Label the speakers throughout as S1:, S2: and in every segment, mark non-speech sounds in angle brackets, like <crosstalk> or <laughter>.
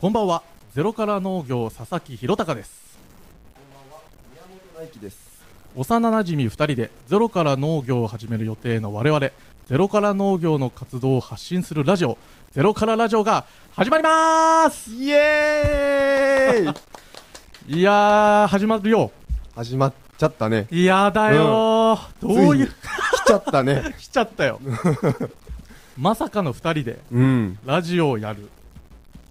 S1: こんばんはゼロから農業佐々木弘隆です
S2: 大輝です。
S1: 幼なじみ2人でゼロから農業を始める予定の我々ゼロから農業の活動を発信するラジオゼロからラジオが始まります
S2: イエー
S1: <laughs>
S2: イ
S1: いやー始まるよ
S2: 始まっちゃったね。
S1: いやだよー、どういう
S2: つに来ちゃっ
S1: <laughs>
S2: たね。
S1: 来ちゃったよ
S2: <laughs>
S1: まさかの2人で
S2: うん。
S1: ラジオをやる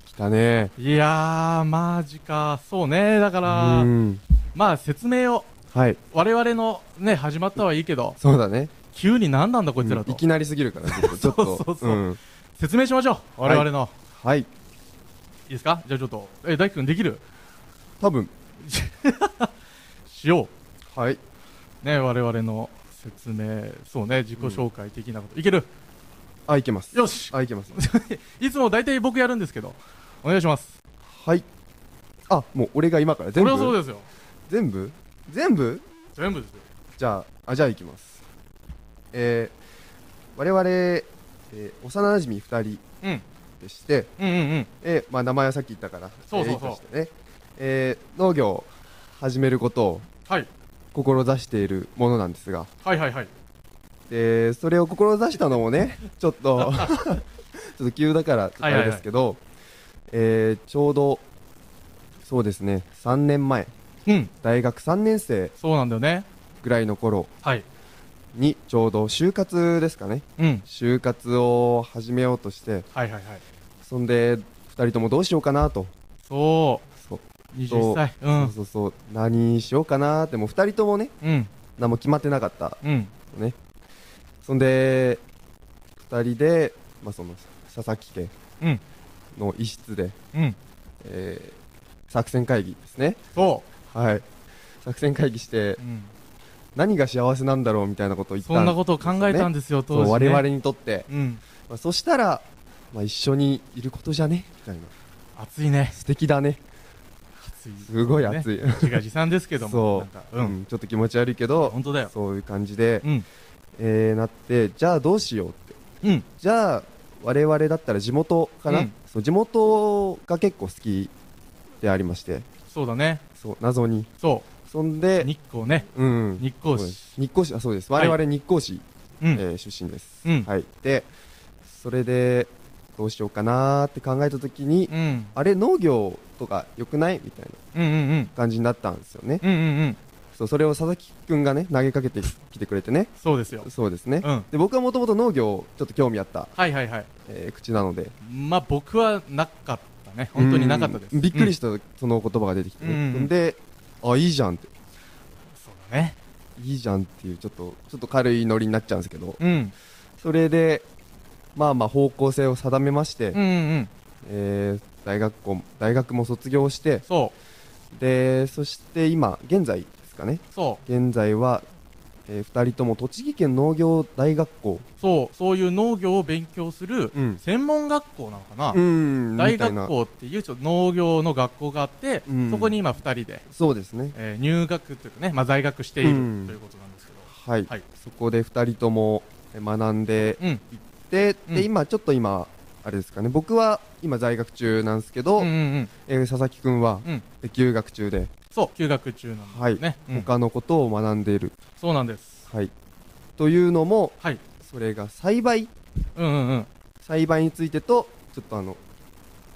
S2: 来たね。
S1: いやーマジかそうねだか
S2: う
S1: ら、
S2: ん。
S1: まあ説明を
S2: はい。
S1: 我々のね始まったはいいけど
S2: そうだね。
S1: 急に何なんだこいつら
S2: うん
S1: と
S2: いきなりすぎるから、ちょっと。ちょっ
S1: <laughs>
S2: と
S1: そうそうそうん説明しましょう我々の、い、
S2: はい。
S1: いですかじゃあちょっとえ大輝くんできる
S2: 多分。
S1: しよ
S2: はい。
S1: うね我々の説明そうね自己紹介的なこと、いける
S2: あ、いけます。
S1: よし
S2: あ、いけます。
S1: いつも大体僕やるんですけどお願いします
S2: はい。あ、もう俺が今から
S1: そ
S2: 全
S1: れ
S2: 部。
S1: はそうですよ
S2: 全部全部
S1: 全部ですよ
S2: じゃあ、あ、じゃあいきます。えー、我々、えー幼馴染み二人
S1: うん
S2: でして、
S1: うんうんうん
S2: えーまあ、名前はさっき言ったから、
S1: そうそうそう
S2: えーいいとしてねえー農業を始めることを
S1: はい
S2: 志しているものなんですが、
S1: はいはいはい
S2: でそれを志したの
S1: <laughs>
S2: もね、ちょっと、 <laughs> ちょっと急だから、ちょっとあれですけど、えーちょうど、そうですね、3年前、
S1: うん
S2: 大学3年生
S1: そうなんだよね
S2: ぐらいの頃
S1: はい
S2: に、ちょうど就活ですかね、
S1: うん
S2: 就活を始めようとして、
S1: はいはいはい
S2: そんで、2人ともどうしようかなと。
S1: そ
S2: そう
S1: う21歳う
S2: そうんそうそう何しようかなーってもう2人ともね
S1: うん
S2: 何も決まってなかった
S1: うん
S2: のねそんで2人で、まあ、その佐々木家
S1: うん
S2: の一室で、
S1: うん
S2: えー作戦会議ですね
S1: そ
S2: はい作戦会議して
S1: う、うん、
S2: 何が幸せなんだろうみたいなことを言った
S1: そんなことを考えたん
S2: で
S1: ですよ
S2: すよ
S1: 当
S2: ねそう
S1: 時、
S2: 我
S1: ね、
S2: 々にとって、
S1: うん
S2: まあ、そしたら、まあ、一緒にいることじゃねみたいな
S1: 暑いね
S2: 素敵だね
S1: 暑い
S2: すごい熱い、
S1: 自画自賛ですけども
S2: そう
S1: なんかうん、
S2: うんちょっと気持ち悪いけど
S1: 本当だよ
S2: そういう感じで、
S1: うん
S2: えー、なってじゃあどうしようって
S1: うん
S2: じゃあ我々だったら地元か
S1: う
S2: な、
S1: ん
S2: そう地元が結構好きでありまして
S1: そうだね
S2: そう謎に
S1: そ
S2: そん
S1: う
S2: で
S1: 日光ね
S2: うん
S1: 日光
S2: そうで
S1: 市
S2: す日光市あそうです
S1: はい
S2: 我々日光市、
S1: うん、
S2: えー出身です、
S1: うん
S2: はいでそれでどうしようかなーって考えた時に、
S1: うん
S2: あれ農業とか良くないみたいな
S1: うんうんうん
S2: 感じになったんですよね、
S1: うんうんうん
S2: そうそれを佐々木くんがね投げかけてきてくれてね
S1: そうですよ
S2: そうですね、
S1: うん
S2: で僕はもともと農業ちょっと興味あった、
S1: はいはいはい
S2: えー口なので
S1: まあ僕はなかったね本当になかったです
S2: うんびっくり
S1: し
S2: した、その言葉が出てきて、ね
S1: うん
S2: であいいじゃんって
S1: た、そうだね
S2: いいじゃんっていうちょっとちょっと軽いノリになっちゃうんですけど
S1: うん
S2: それでまあまあ方向性を定めまして、
S1: うんうんうん
S2: えー大学校大学も卒業して
S1: そう
S2: でそして今現在ですかね
S1: そう
S2: 現在は、え2人とも栃木県農業大学校
S1: そうそういう農業を勉強する
S2: うん
S1: 専門学校なのかな、
S2: うん
S1: 大
S2: みたい
S1: 学
S2: な
S1: 校っていうちょっと農業の学校があって、
S2: うん
S1: そこに今2人で、
S2: そうですね
S1: えー入学というかね、まあ、在学していると
S2: うん
S1: いうことなんですけど、
S2: はい、
S1: はい
S2: そこで2人ともえ学んで
S1: うん
S2: で,、
S1: うん
S2: で今ちょっと今あれですかね僕は今在学中なんですけど、
S1: うんうんうん
S2: えー佐々木くんは、
S1: うん
S2: え休学中で、
S1: そう休学中なん
S2: はい
S1: ですね、うん
S2: 他のことを学んでいる、
S1: そうなんです
S2: はい、というのも
S1: はい
S2: それが栽培
S1: うんうんうん
S2: 栽培についてとちょっとあの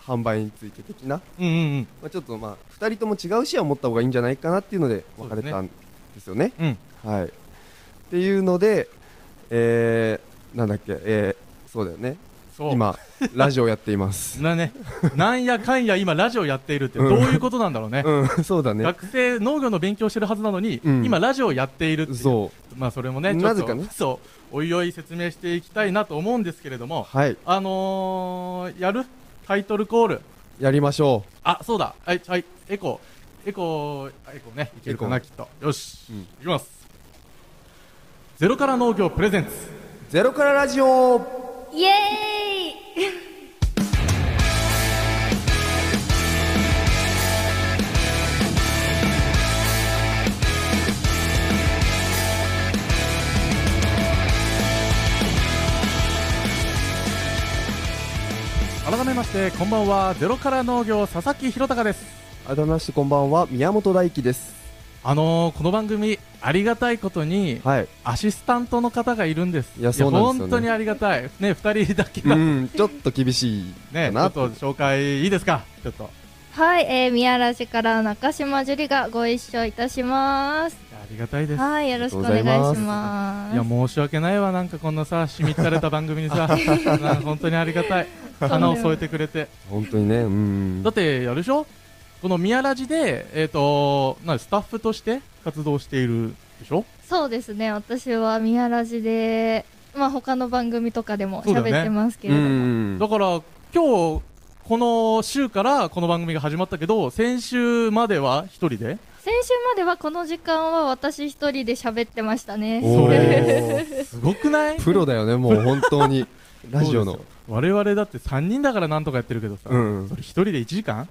S2: 販売について的な、
S1: うんうん
S2: まあ、ちょっとまあ2人とも違う視野を持った方がいいんじゃないかなっていうので
S1: そう
S2: 分
S1: で
S2: か
S1: すね
S2: れたんですよね
S1: うんうん
S2: はいっていうのでえー、なんだっけえー、そうだよね
S1: そう
S2: 今ラジオやってい
S1: <laughs>
S2: ます
S1: なねなんやかんや今ラジオやっているってどういうことなんだろうね、
S2: うんそうだね
S1: 学生農業の勉強してるはずなのに、
S2: うん
S1: 今ラジオやっているっていう
S2: そ
S1: まあそれもねちょ
S2: な
S1: っ
S2: ぜ
S1: と
S2: かね
S1: そうおいおい説明していきたいなと思うんですけれど
S2: う
S1: も
S2: はい
S1: あのー、やるタイトルコール
S2: やりましょ
S1: あ、そうだ。はい、はい、エコー、エコー、あエコーね、いけるかな、
S2: エ
S1: きっと。よし、
S2: うん
S1: いきます。ゼロから農業プレゼンツ。
S2: うゼロからラジオ
S3: イエーイ <laughs>
S1: 改めまししてこんばんはゼロから農業佐々木弘隆です
S2: 改めましてこんばんは宮本大輝です
S1: あのーこの番組ありがたいことに
S2: はい
S1: アシスタントの方がいるんです
S2: いやそうなんですよね
S1: 本当にありがたいね2人だけ
S2: う
S1: だね
S2: <laughs> んちょっと厳しいか
S1: ち
S2: な
S1: ょっと紹介いいですかちょっと
S3: はい、えー、宮原市から中島樹里がご一緒いたします。
S1: いやありがたいです
S3: はい、よろしくお願いしま
S1: い
S3: す。
S1: や申し訳ないわなんかこんなさしみったれた番組にさなんか本当にありがたい花を添えてくれて
S2: 本当にねうん
S1: だってあれでしょこの宮ラジでえっ、となんスタッフとして活動しているでしょ
S3: そうですね、私は宮原市で、まあ他の番組とかでも
S1: そうだよね
S3: 喋ってますけ
S2: う
S3: れども、
S2: ん
S1: だから今日この週からこの番組が始まったけど先週までは一人で
S3: 先週まではこの時間は私一人で喋ってましたね。
S2: お
S1: それ
S2: ー
S1: すごくない
S2: プロだよ
S1: <laughs>
S2: ねもう本当にラジオの
S1: そうですよ我々だって3人だからなんとかやってるけどさ、
S2: うん
S1: それ一人で1時間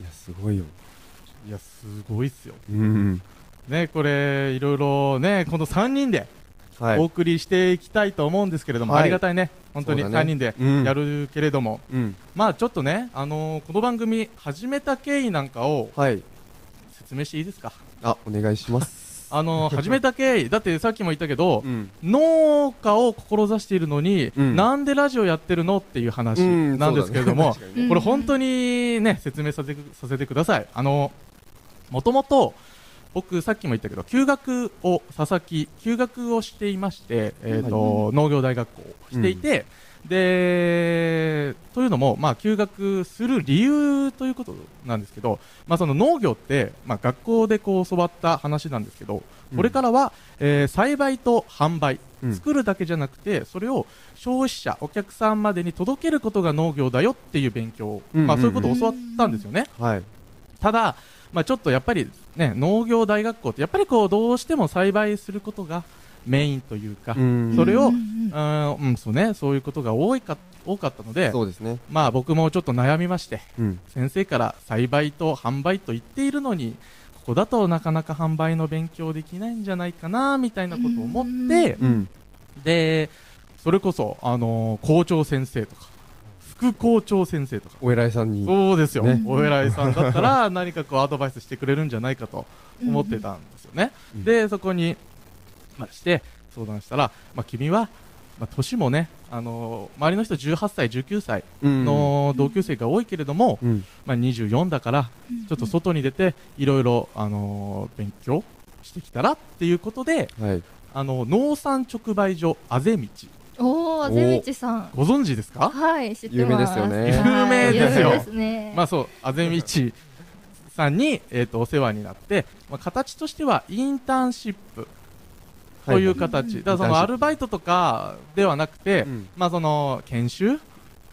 S2: いやすごいよ
S1: いやすごいっすよ
S2: うん
S1: ねこれいろいろねこの3人で
S2: はい
S1: お送りしていきたいと思うんですけれども、
S2: はい
S1: ありがたいね本当に
S2: そうだ
S1: 3
S2: ね
S1: 人でやるけれども、
S2: うん
S1: まあちょっとねあのーこの番組始めた経緯なんかを
S2: はい
S1: 説明していいですか
S2: あお願いします
S1: あの
S2: <laughs>
S1: ー始めた経緯だってさっきも言ったけど、
S2: うん
S1: 農家を志しているのに、
S2: うん
S1: なんでラジオやってるのっていう話
S2: うん
S1: なんですけれども、
S2: そうだね確かに
S3: うん
S1: これ本当にね説明させてさせてくださいあのもともと僕さっきも言ったけど休学を佐々木休学をしていまして、えーと農業大学校をしていて、でというのも、まあ、休学する理由ということなんですけど、まあ、その農業って、まあ、学校でこう教わった話なんですけどこれからは、えー栽培と販売
S2: うん
S1: 作るだけじゃなくてそれを消費者、お客さんまでに届けることが農業だよっていう勉強、
S2: うん
S1: まあ、
S2: うん
S1: そういうことを教わったんですよね。
S2: はい
S1: ただ、まあ、ちょっとやっぱり、ね、農業大学校ってやっぱりこうどうしても栽培することがメインというか、
S2: うん
S1: それを、う
S3: うん
S1: んうんそうね、そういうことが多いか多かったので、
S2: そうですね
S1: まあ、僕もちょっと悩みまして
S2: うん
S1: 先生から栽培と販売と言っているのにここだとなかなか販売の勉強できないんじゃないかなみたいなことを思って。
S2: うん
S1: でそれこそ、あのー校長先生とか副校長先生とか
S2: お偉いさんに
S1: そうですよ、
S2: ね
S1: お偉いさんだった
S2: <laughs>
S1: ら何かこうアドバイスしてくれるんじゃないかと思ってたんですよね、
S2: うん
S1: でそこに、まあ、して相談したら、まあ、君は、まあ、年もね、あのー周りの人18歳、19歳の同級生が多いけれども、
S2: うん
S1: まあ、24だからちょっと外に出ていろいろ、あのー勉強してきたらっていうことで、
S2: はい
S1: あの農産直売所あぜ道
S3: おー、ぜみちさん。
S1: ご存知ですか
S3: はい、知ってます。
S2: 有名ですよね
S1: 有名ですよ
S3: はい有名ですね。
S1: まあそう、あぜみちさんに、えー、とお世話になって、まあ、形としてはインターンシップという形、だからそのアルバイトとかではなくて、
S2: うん
S1: まあその研修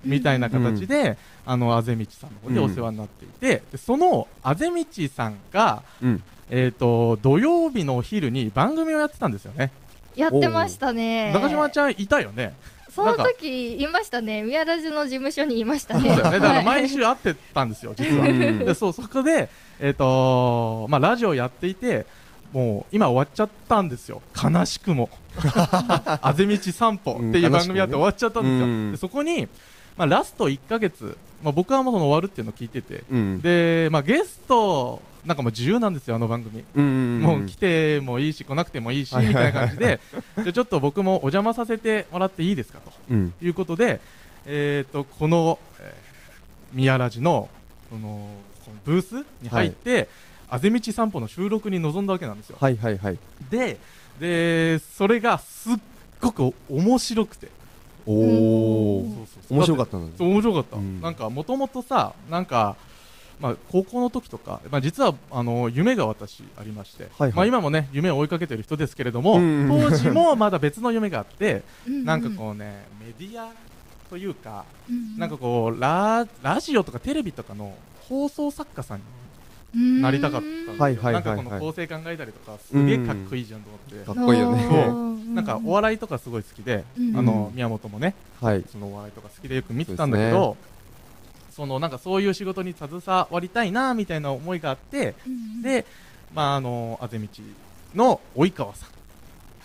S1: みたいな形で、あのあぜみちさんの方でお世話になっていて、でそのあぜみちさんが、
S2: うん
S1: えー、と土曜日のお昼に番組をやってたんですよね、
S3: やってましたね。
S1: 中島ちゃんいたよね、
S3: その時いましたね。宮ラジの事務所にいましたね。
S1: そうだよねだから毎
S3: はい
S1: 週会ってたんです
S2: <laughs>
S1: よ、実は。
S2: うん
S1: でそうそこで、えーとまあ、ラジオやっていてもう今終わっちゃったんですよ悲し
S2: <laughs>
S1: くも「あぜ道散歩」っていう番組やって
S2: うん
S1: 終わっちゃったんですよ、
S2: うん
S1: でそこに、まあ、ラスト1ヶ月、まあ、僕はもうその終わるっていうのを聞いてて
S2: うん
S1: で、まあ、ゲストなんかもう自由なんですよあの番組、
S2: うん
S1: もう来てもいいし来なくてもいいしみたいな感じででちょっと僕もお邪魔させてもらっていいですかと
S2: うん
S1: ということで、えー、とこの、えー、宮ラジのこのこのブースに入って、あぜ道散歩の収録に臨んだわけなんですよ。
S2: はいはいはい
S1: でで、それがすっごく面白くて、
S2: おお
S3: うん
S2: 面白か
S1: っ
S2: ったのね
S1: そう面白かった、
S2: うん
S1: なんかもともとさ、なんか、まあ、高校の時とか、まあ、実はあの夢が私、ありまして、
S2: はいはい
S1: まあ、今もね夢を追いかけてる人ですけれども、
S2: うん
S1: 当時もまだ別の夢があって、
S3: うんうん
S1: なんかこうね、メディアというか、
S3: うん
S1: なんかこうララジオとかテレビとかの放送作家さんになりたかったんですよ、
S2: はいはい
S1: なん
S2: はいは
S1: か
S2: い
S1: この構成考えたりとかすげえかっこいいじゃんと思って、
S2: かっこいいよね
S1: そう
S3: うん
S1: なんかお笑いとかすごい好きで、
S3: うん
S1: あの宮本もね
S2: はい
S1: そのお笑いとか好きでよく見てたんだけどそ,、のなんかそういう仕事に携わりたいなみたいな思いがあって、
S3: うんうん
S1: でまああのあぜ道の及川さん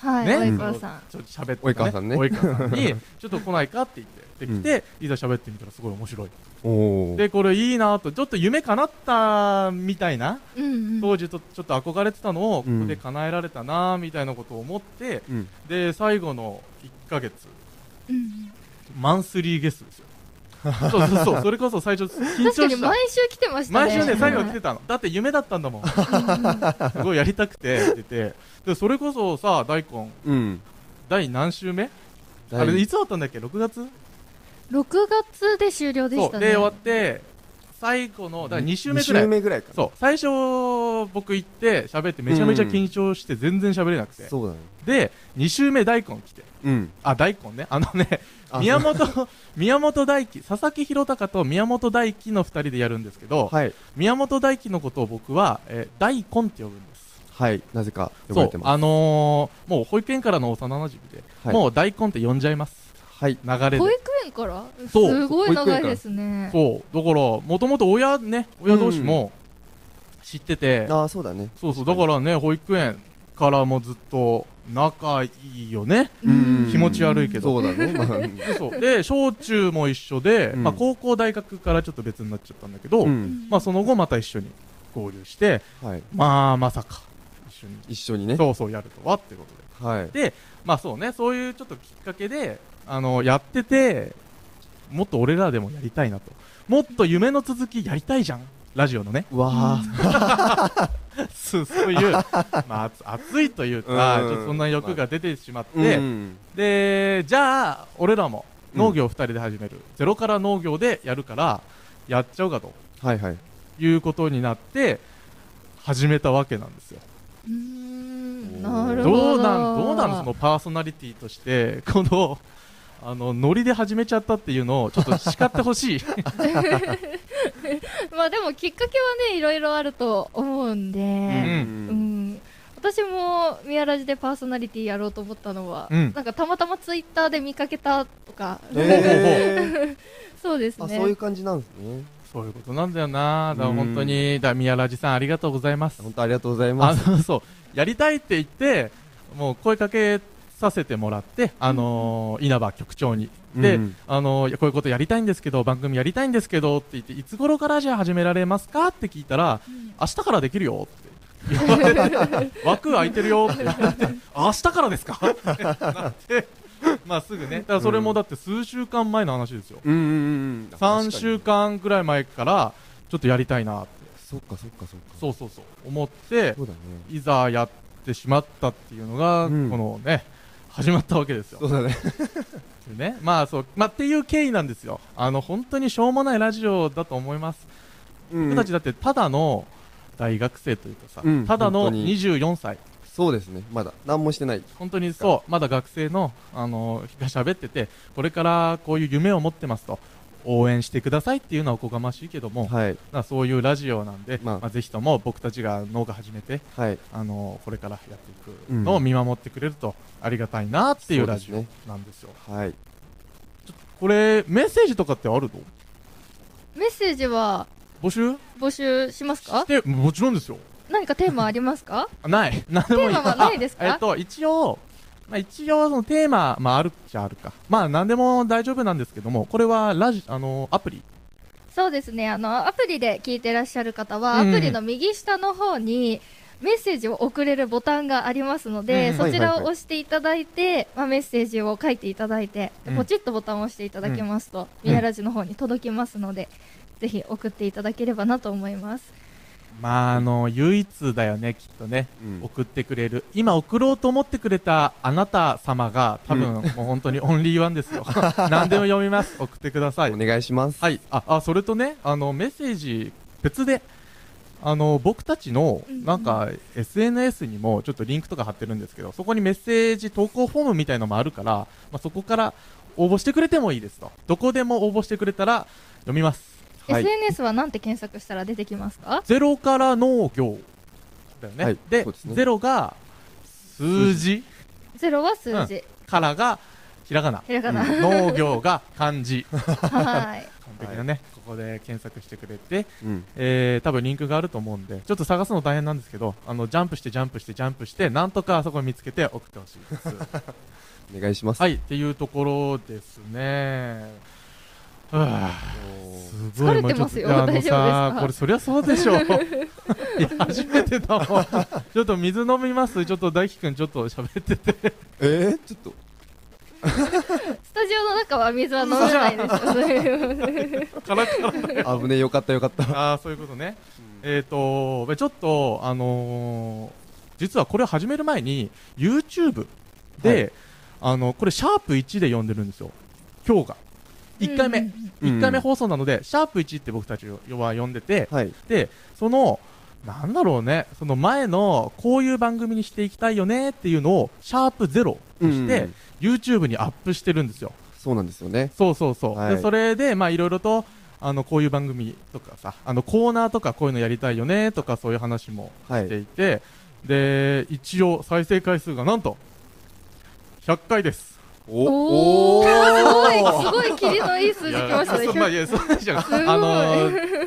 S3: はい、
S1: ね
S3: 及川さん。
S1: ちょっと喋って、
S2: 及川さんね
S1: 及川さん
S2: <laughs>
S1: にちょっと来ないかって言ってで来て、いざ喋ってみたらすごい面白い
S2: おおー。
S1: でこれいいなとちょっと夢叶ったみたいな
S3: うんうん。
S1: 当時とちょっと憧れてたのをこ
S2: うん
S1: こで叶えられたなみたいなことを思って、
S2: うん。
S1: で最後の1ヶ月
S3: うん
S1: マンスリーゲストですよそうそう
S3: <laughs>
S1: そうそれこそ最初緊張
S3: 確かに
S1: した
S3: 毎週来てましたね。
S1: 毎週ね最後来
S3: て
S1: てたのだって夢だったん
S3: <laughs>
S1: だもんすごいやりたくてって言ってでそれこそさ大根
S2: うん。
S1: 第何週目あれいつだったんだっけ6月
S3: 6月で終了でし
S1: そ
S3: た
S1: う
S3: ね。
S1: で終わって最後のだから2週目く
S2: 2
S1: ら
S2: 週
S1: い
S2: 目ぐらいか。
S1: そう最初僕行って喋ってめちゃめちゃ緊張して全然喋れなくて、
S2: そうだね。
S1: で2週目大根来て
S2: うん。
S1: あ大根ねあのね
S2: あ
S1: <laughs> 宮本宮本大輝佐々木宏隆と宮本大輝の2人でやるんですけど、
S2: はい。
S1: 宮本大輝のことを僕は、えー大根って呼ぶんです
S2: はい。なぜか呼ば
S1: そ
S2: れ
S1: う
S2: てま
S1: あのーもう保育園からの幼馴染で、
S2: はい
S1: もう大根って呼んじゃいます
S2: す。はい。
S1: 流れで
S3: 保育園から
S1: そう
S3: すごい長いですね。
S1: そうだからもともと親ね親同士も知ってて、
S2: ああ、そうだね。
S1: そうそうだからね保育園からもずっと仲いいよね
S2: うん
S1: 気持ち悪いけど
S2: そうだね。まあ
S1: <laughs> そうで小中も一緒で、
S2: うん
S1: まあ、高校大学からちょっと別になっちゃったんだけど、
S2: うん。
S1: まあ、その後また一緒に合流して
S2: はい。
S1: まあまさか一緒に
S2: 一緒にね。
S1: そうそうやるとはってことで
S2: はい。
S1: でまあそうねそういうちょっときっかけであのやっててもっと俺らでもやりたいなともっと夢の続きやりたいじゃんラジオのね
S2: うわ
S1: <laughs> そうそういう、 <laughs> まあ、熱熱いというか、
S2: うん
S1: ちょっとそんな欲が出てしまって、
S2: あ。うん
S1: でじゃあ俺らも農業2人で始める、ゼロから農業でやるからやっちゃうかと
S2: はいはい。
S1: いうことになって始めたわけなんですよ
S3: うーんなるほど。
S1: どうなんどうなのそのパーソナリティとしてこのあのノリで始めちゃったっていうのをちょっと叱ってほし
S3: <laughs>
S1: い
S3: <laughs> まあでもきっかけはねいろいろあると思うんで、
S1: う
S3: うん。私もミヤラジでパーソナリティやろうと思ったのは、
S1: うん
S3: なんかたまたまツイッターで見かけたとか、
S2: えー
S3: そうです
S2: あ、
S3: ね。
S2: そういう感じなんですね。
S1: そういうことなんだよなだから本当にだから宮ラジさんありがとうございます
S2: 本当ありがとうございま
S1: あ
S2: す。
S1: のそうやりたいって言ってもう声かけさせてもらって、あのー稲葉局長に、
S2: う
S1: で
S2: ん、
S1: あのーこういうことやりたいんですけど番組やりたいんですけどって言っていつ頃からじゃあ始められますかって聞いたら、明日からできるよ
S2: <laughs>
S1: って言われて枠空いてるよって言われて明日からです
S2: <laughs>
S1: かってなってまあすぐねだからそれもだって数週間前の話ですよ、
S2: うんうんうんうん。
S1: 3週
S2: 確か
S1: 間ぐらい前からちょっとやりたいなって
S2: に。そっかそっかそっか。
S1: そうそうそう思って
S2: そうだね。
S1: いざやってしまったっていうのが、
S2: うん
S1: このね始まったわけですよ
S2: そ。うだね。
S1: ね、まあそう、まあ、っていう経緯なんですよ。あの本当にしょうもないラジオだと思います。
S2: うん
S1: 僕たちだってただの大学生というかさ、
S2: うん
S1: ただの
S2: 本当に
S1: 24歳、
S2: そうですね。まだ何もしてない。
S1: 本当にそう、まだ学生のあのが喋ってて、これからこういう夢を持ってますと。応援してくださいっていうのはおこがましいけども、
S2: はい
S1: まあそういうラジオなんで、
S2: まあ
S1: まあ、ぜひとも僕たちが農家始めて
S2: はい。
S1: あのこれからやっていくのを見守ってくれるとありがたいなっていうラジ
S2: そう
S1: オ
S2: です
S1: なんですよ。
S2: はい。
S1: これメッセージとかってあるの？
S3: メッセージは
S1: 募集？し
S3: 募集しますか？
S1: てもちろんですよ。
S3: 何かテーマありま
S1: <laughs>
S3: すか？
S1: あない。何でもいい。
S3: テーマはないですか
S1: あえっと一応。まあ、一応そのテーマ、まあ、あるっちゃあるか、まあ、何でも大丈夫なんですけども、これはラジあのアプリ、
S3: そうですね。あのアプリで聞いてらっしゃる方は、
S1: うん
S3: アプリの右下の方に。メッセージを送れるボタンがありますので、
S1: うん
S3: そちら
S2: はいはいは
S3: を
S2: い
S3: 押していただいて、まあ、メッセージを書いていただいて、
S1: うん
S3: ポチッとボタンを押していただきますと、
S1: うん
S3: ミヤラジの方に届きますので、ぜひ送っていただければなと思います。
S1: まあ、あの唯一だよね、きっとね、
S2: うん
S1: 送ってくれる、今送ろうと思ってくれたあなた様が、多分、もう本当にオンリーワン
S2: <laughs>
S1: ですよ、何でも読みます、送ってください
S2: お。願いします。
S1: はい、ああそれとねあのメッセージ別であの僕たちの
S3: うんうん
S1: なんか SNS にもちょっとリンクとか貼ってるんですけどそこにメッセージ投稿フォームみたいのもあるから、まあ、そこから応募してくれてもいいですとどこでも応募してくれたら読みます
S2: はい
S3: SNS はなんて検索したら出てきますか？
S1: ゼロから農業だよね、
S2: はい
S1: で
S2: そうですね
S1: ゼロが数字
S3: ゼロは数字、
S1: からがひらがな
S3: ひらがな。
S2: <laughs>
S1: 農業が漢字
S3: はい。
S1: 完璧だね、ここで検索してくれて、
S2: うん
S1: えー、多分リンクがあると思うんで、ちょっと探すの大変なんですけど、あの、ジャンプしてジャンプしてジャンプして、なんとかあそこ見つけて送ってほしいです。
S2: お願いします。
S1: はい、っていうところですね。はあす
S3: 疲れてますよ
S1: もうちょっと
S3: 大丈夫です
S1: いやあの
S3: か
S1: さこれそりゃそうで
S3: <laughs>
S1: しょういや初めてだもんちょっと水飲みますちょっと大輝くんちょっと喋ってて
S2: えー、ちょっと
S3: スタジオの中は水は飲めないですよそ
S1: <laughs>
S3: ういう
S1: カラカラ
S2: 危ねえよかったよかった。
S1: <laughs> ああそういうことねえっ、ー、とちょっとあのー実はこれを始める前に YouTube で、あのこれシャープ1で読んでるんですよ今日が1回目、
S3: うん
S1: 1回目放送なので、シャープ1って僕たちは読んでて、
S2: はい。
S1: でそのなんだろうねその前のこういう番組にしていきたいよねっていうのをシャープゼロとして、
S2: うん
S1: YouTube にアップしてるんですよ
S2: そうなんですよね。
S1: そうそうそう、
S2: はい
S1: でそれでまあいろいろとあのこういう番組とかさあのコーナーとかこういうのやりたいよねとかそういう話も
S2: は
S1: して
S2: い。
S1: いて、で一応再生回数がなんと100回です
S3: おお
S2: ー
S3: すごいすごい霧のいい数字きました
S1: い
S3: ね
S1: やそうまあいやそうでしょう
S3: すごい
S1: あの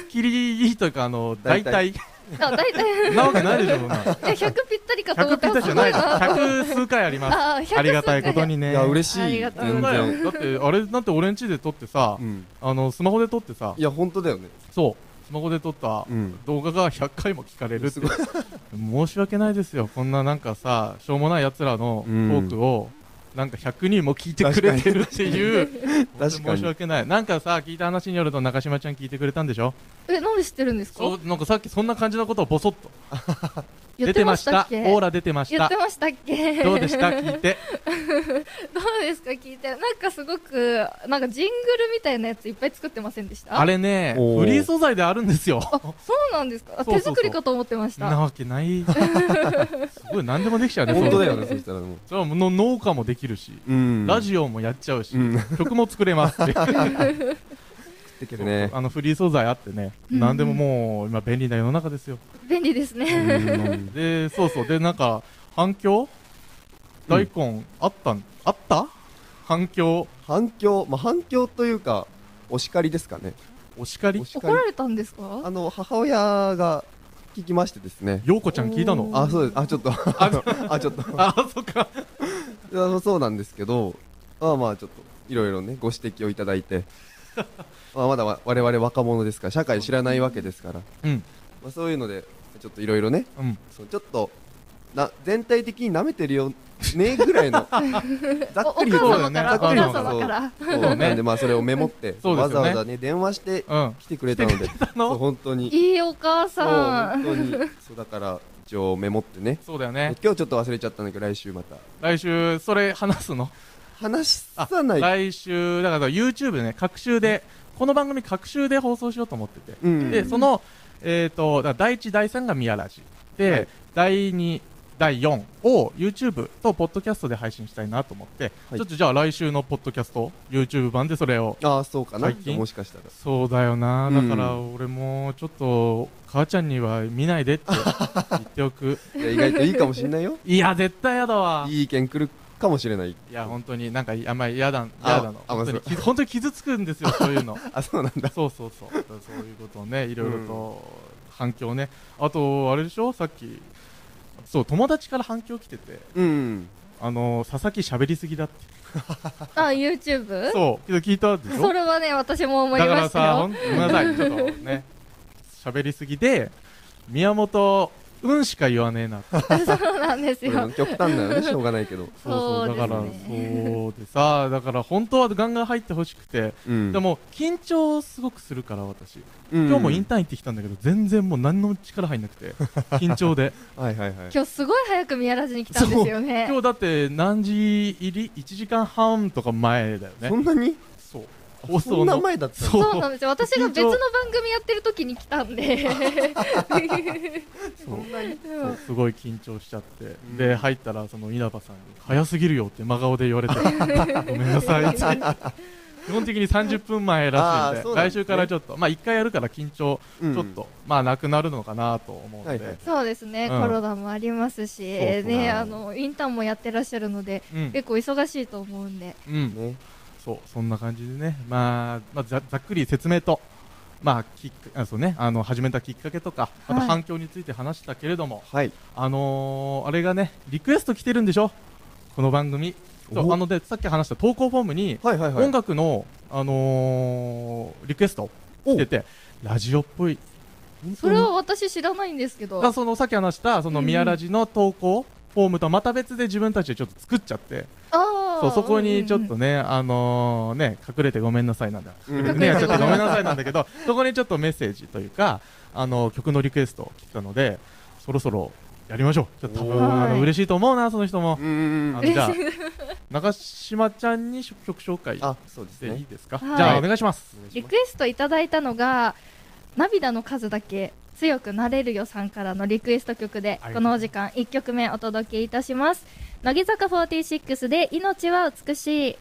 S1: 切りというかあの大
S2: 大体
S1: 体
S3: あ大体
S1: なわけないでし
S3: <laughs>
S1: ょそんな
S3: え100ぴったりかと思
S1: 100
S3: っ
S1: ピ
S3: た
S1: ッタじ
S3: ら
S1: ゃ
S3: す
S1: な
S3: ご
S1: い
S3: い
S1: です
S3: な
S1: 100数回あります
S3: あ
S1: <laughs>
S3: 100
S1: ありがたいことにね
S2: いや嬉し
S3: あり
S2: い。
S3: が
S2: 全
S3: とう
S1: そ
S3: ご
S1: うだ
S2: 然。
S1: よだってあれだって俺ん家で撮ってさ
S2: うん。
S1: あのスマホで撮ってさ
S2: いや本当だよね。
S1: そうスマホで撮った
S2: うん。
S1: 動画が100回も聞かれるって
S2: すごい
S1: 申し訳ないですよこんななんかさしょうもない奴らのトークをなんか100人も聞いてくれてるっていう本当
S2: 確か
S1: 申し
S2: に。
S1: 訳ないなんかさ聞いた話によると中島ちゃん聞いてくれたんでしょ
S3: えなんで知ってるんですか
S1: そうなんかさっきそんな感じのことをボソッと
S3: 言
S1: 出
S3: ってて
S1: ま
S3: ま
S1: し
S3: した
S1: た
S3: っ
S1: オ
S3: け
S1: ーラ出てまし
S3: 言ったてましたっけ
S1: どうでした聞いて
S3: どうですか聞いてなんかすごくなんかジングルみたいなやついっぱい作ってませんでした
S1: あれね
S2: おー
S1: フリー素材であるんですよ
S3: あそうなんですかあ
S1: そうそう
S3: 手
S1: そう
S3: 作りかと思ってまし
S1: な
S3: た
S1: わけないすごい何でもできちゃうね
S2: 本当だよ
S1: そう
S2: ね。そしたらもう。
S1: それはもう農家もできるし、
S2: うん
S1: ラジオもやっちゃうし、 <laughs>
S2: うん。
S1: 曲も作れますって
S2: ね。
S1: あのフリー素材あってね、
S3: うん
S1: 何でももう今便利な世の中ですよ
S3: 便利です
S2: う
S3: ね
S2: ん
S1: でそうそうでなんか反響
S2: うん
S1: 大根あったんあった反響
S2: 反響、まあ反響というかお叱りですかね。
S1: お叱り
S2: お叱
S3: 怒られたんですか
S2: あの母親が聞きましてですね。
S1: ようこちゃん聞いたの
S3: おー
S2: あ、そうです。あ、ちょっと。 <laughs> あ、ちょっと。
S1: ああそっか
S2: い <laughs> やそうなんですけど、まあまあちょっといろいろねご指摘をいただい
S1: <laughs>
S2: てまあまだわ我々若者ですから社会知らないわけですから、
S1: うん
S2: まあ、そういうのでちょっといろいろね
S1: うん
S2: そうちょっとな全体的に舐めてるよねぐら
S1: <laughs>
S2: いのざっ
S3: おお
S2: くり言う
S1: そうだよ
S2: と
S3: 母様
S1: ね
S3: から
S1: ざ
S3: お
S1: っくり
S3: 母
S1: 言うと
S3: 様から
S2: そう
S1: そうね
S2: なんでまあそれをメモって、
S1: そうで
S2: わ
S1: すよね
S2: ざわざね電話して
S1: うん
S2: 来てくれたので
S1: あ
S2: そう
S1: の
S2: 本当に
S3: いいお
S2: そう
S3: 母さ
S2: 本
S3: ん
S2: 当にそうだから一応メモってね
S1: そうだよ
S2: 今
S1: ね
S2: 日ちょっと忘れちゃったんだけど来週また
S1: 来週それ話すの
S2: 話さ
S1: あ
S2: ない
S1: 来週だから YouTube でね各週でこの番組各週で放送しようと思ってて、
S2: うん
S1: でその、えー、とだから第1第3が宮ラジで、
S2: はい
S1: 第2第4を YouTube とポッドキャストで配信したいなと思って、
S2: はい
S1: ちょっとじゃあ来週のポッドキャスト YouTube 版でそれを
S2: ああそうかな
S1: 最近
S2: もしかしたら
S1: そうだよな
S2: うん
S1: だから俺もちょっと母ちゃんには見ない
S2: <laughs>
S1: でって言っておく
S2: いや意外といいかもしれないよ
S1: いや絶対やだわ
S2: いい意見来るかもしれない
S1: いや本当になんかあんまり嫌だ
S2: あ
S1: 嫌だの
S2: あ
S1: 本当にき本当に傷つくんですよそういうの
S2: あそうなん
S1: <laughs>
S2: だ
S1: そうそうそう、だからそういうことをね、いろいろと反響ね、あと、あれでしょ、さっき、そう、友達から反響来てて、
S2: うん
S1: あの佐々木喋りすぎだって、
S3: あ YouTube?
S1: そう、けど聞いたでし
S3: そ
S1: ょ、
S3: れはね私も思
S1: だ
S3: い
S1: か
S3: ま
S1: ら
S3: した
S1: さ、ほ
S3: よ
S1: んごめんなさい、ちょっとね、喋りすぎで、宮本、うんしか言わねえなって、
S3: そうなんです
S2: これ
S3: よ
S2: も極端だよねしょうがないけど
S3: そう
S1: だ
S3: ですね
S1: から、そうでさ、だから本当はガンガン入ってほしくて、
S2: うん
S1: でも、緊張すごくするから、私、
S2: うん
S1: 今日もインターン行ってきたんだけど、全然もう、何の力入んなくて、緊張で。
S2: はいはいはい
S3: 今日すごい早く宮ラジに来たんですよね
S1: 今日だって何時入り1時間半とか前だよね
S2: そんなに
S1: そう
S2: あそんな
S1: の
S2: 前だったの
S1: そう
S3: そうなんですよ私が別の番組やってる時に来たんで
S1: <laughs> そうそうすごい緊張しちゃって、で入ったらその稲葉さんに「早すぎるよ」って真顔で言
S2: <laughs>
S1: われて「ごめんなさい」って基本的に30分前らしいん
S2: あー
S1: で
S2: そうなんで
S1: 来
S2: すね
S1: 週からちょっとまあ1回やるから緊張
S2: う
S1: ち
S2: ん
S1: ょっと、まあなくなるのかなと思うので、
S2: はいはい
S3: そうですね、
S1: うん
S3: コロナもありますし
S1: そうそう
S3: ねあのインターンもやってらっしゃるので
S1: うん、
S3: 結構忙しいと思うんで
S1: うん、
S2: ね
S1: そうそんな感じでね、まあ、まあ、ざざっくり説明とまあ、きっあそうね、あの始めたきっかけとか、また反響について話したけれども、
S2: はい。
S1: あのーあれがね、リクエスト来てるんでしょ、この番組。そう
S2: お
S1: あのでさっき話した投稿フォームに、
S2: はいはいはい。
S1: 音楽の、あのーリクエスト来てて、ラジオっぽい、
S3: それは私知らないんですけど。
S1: あそのさっき話した、その
S3: うん
S1: 宮ラジの投稿フォームとまた別で自分たちでちょっと作っちゃって、
S3: あー
S1: そうそこにちょっと
S3: うん
S1: ね、あのーね、隠れてごめんなさいなんだ、
S2: うん
S1: ね、ちょっとごめんなさいなんだけど、そこにちょっとメッセージというか、あの曲のリクエスト来てたので、そろそろやりましょう。ちょっと多
S2: お
S1: 分
S3: ー
S1: あの嬉しいと思うな、その人も
S2: う。んうん
S1: あ
S2: う
S1: の
S2: ん。
S1: じゃあ、中島ちゃんに曲紹介
S2: あ、そうです
S1: でいい
S2: ね。
S1: ですか。じ
S3: はい
S1: ゃあ、お願いします。
S3: リクエストいただいたのが「涙の数だけ強くなれるよ」さんからのリクエスト曲で
S1: ありがと
S3: こ
S1: うご
S3: の
S1: ざいます
S3: お時間1曲目お届けいたします乃木坂46で「命は美しい」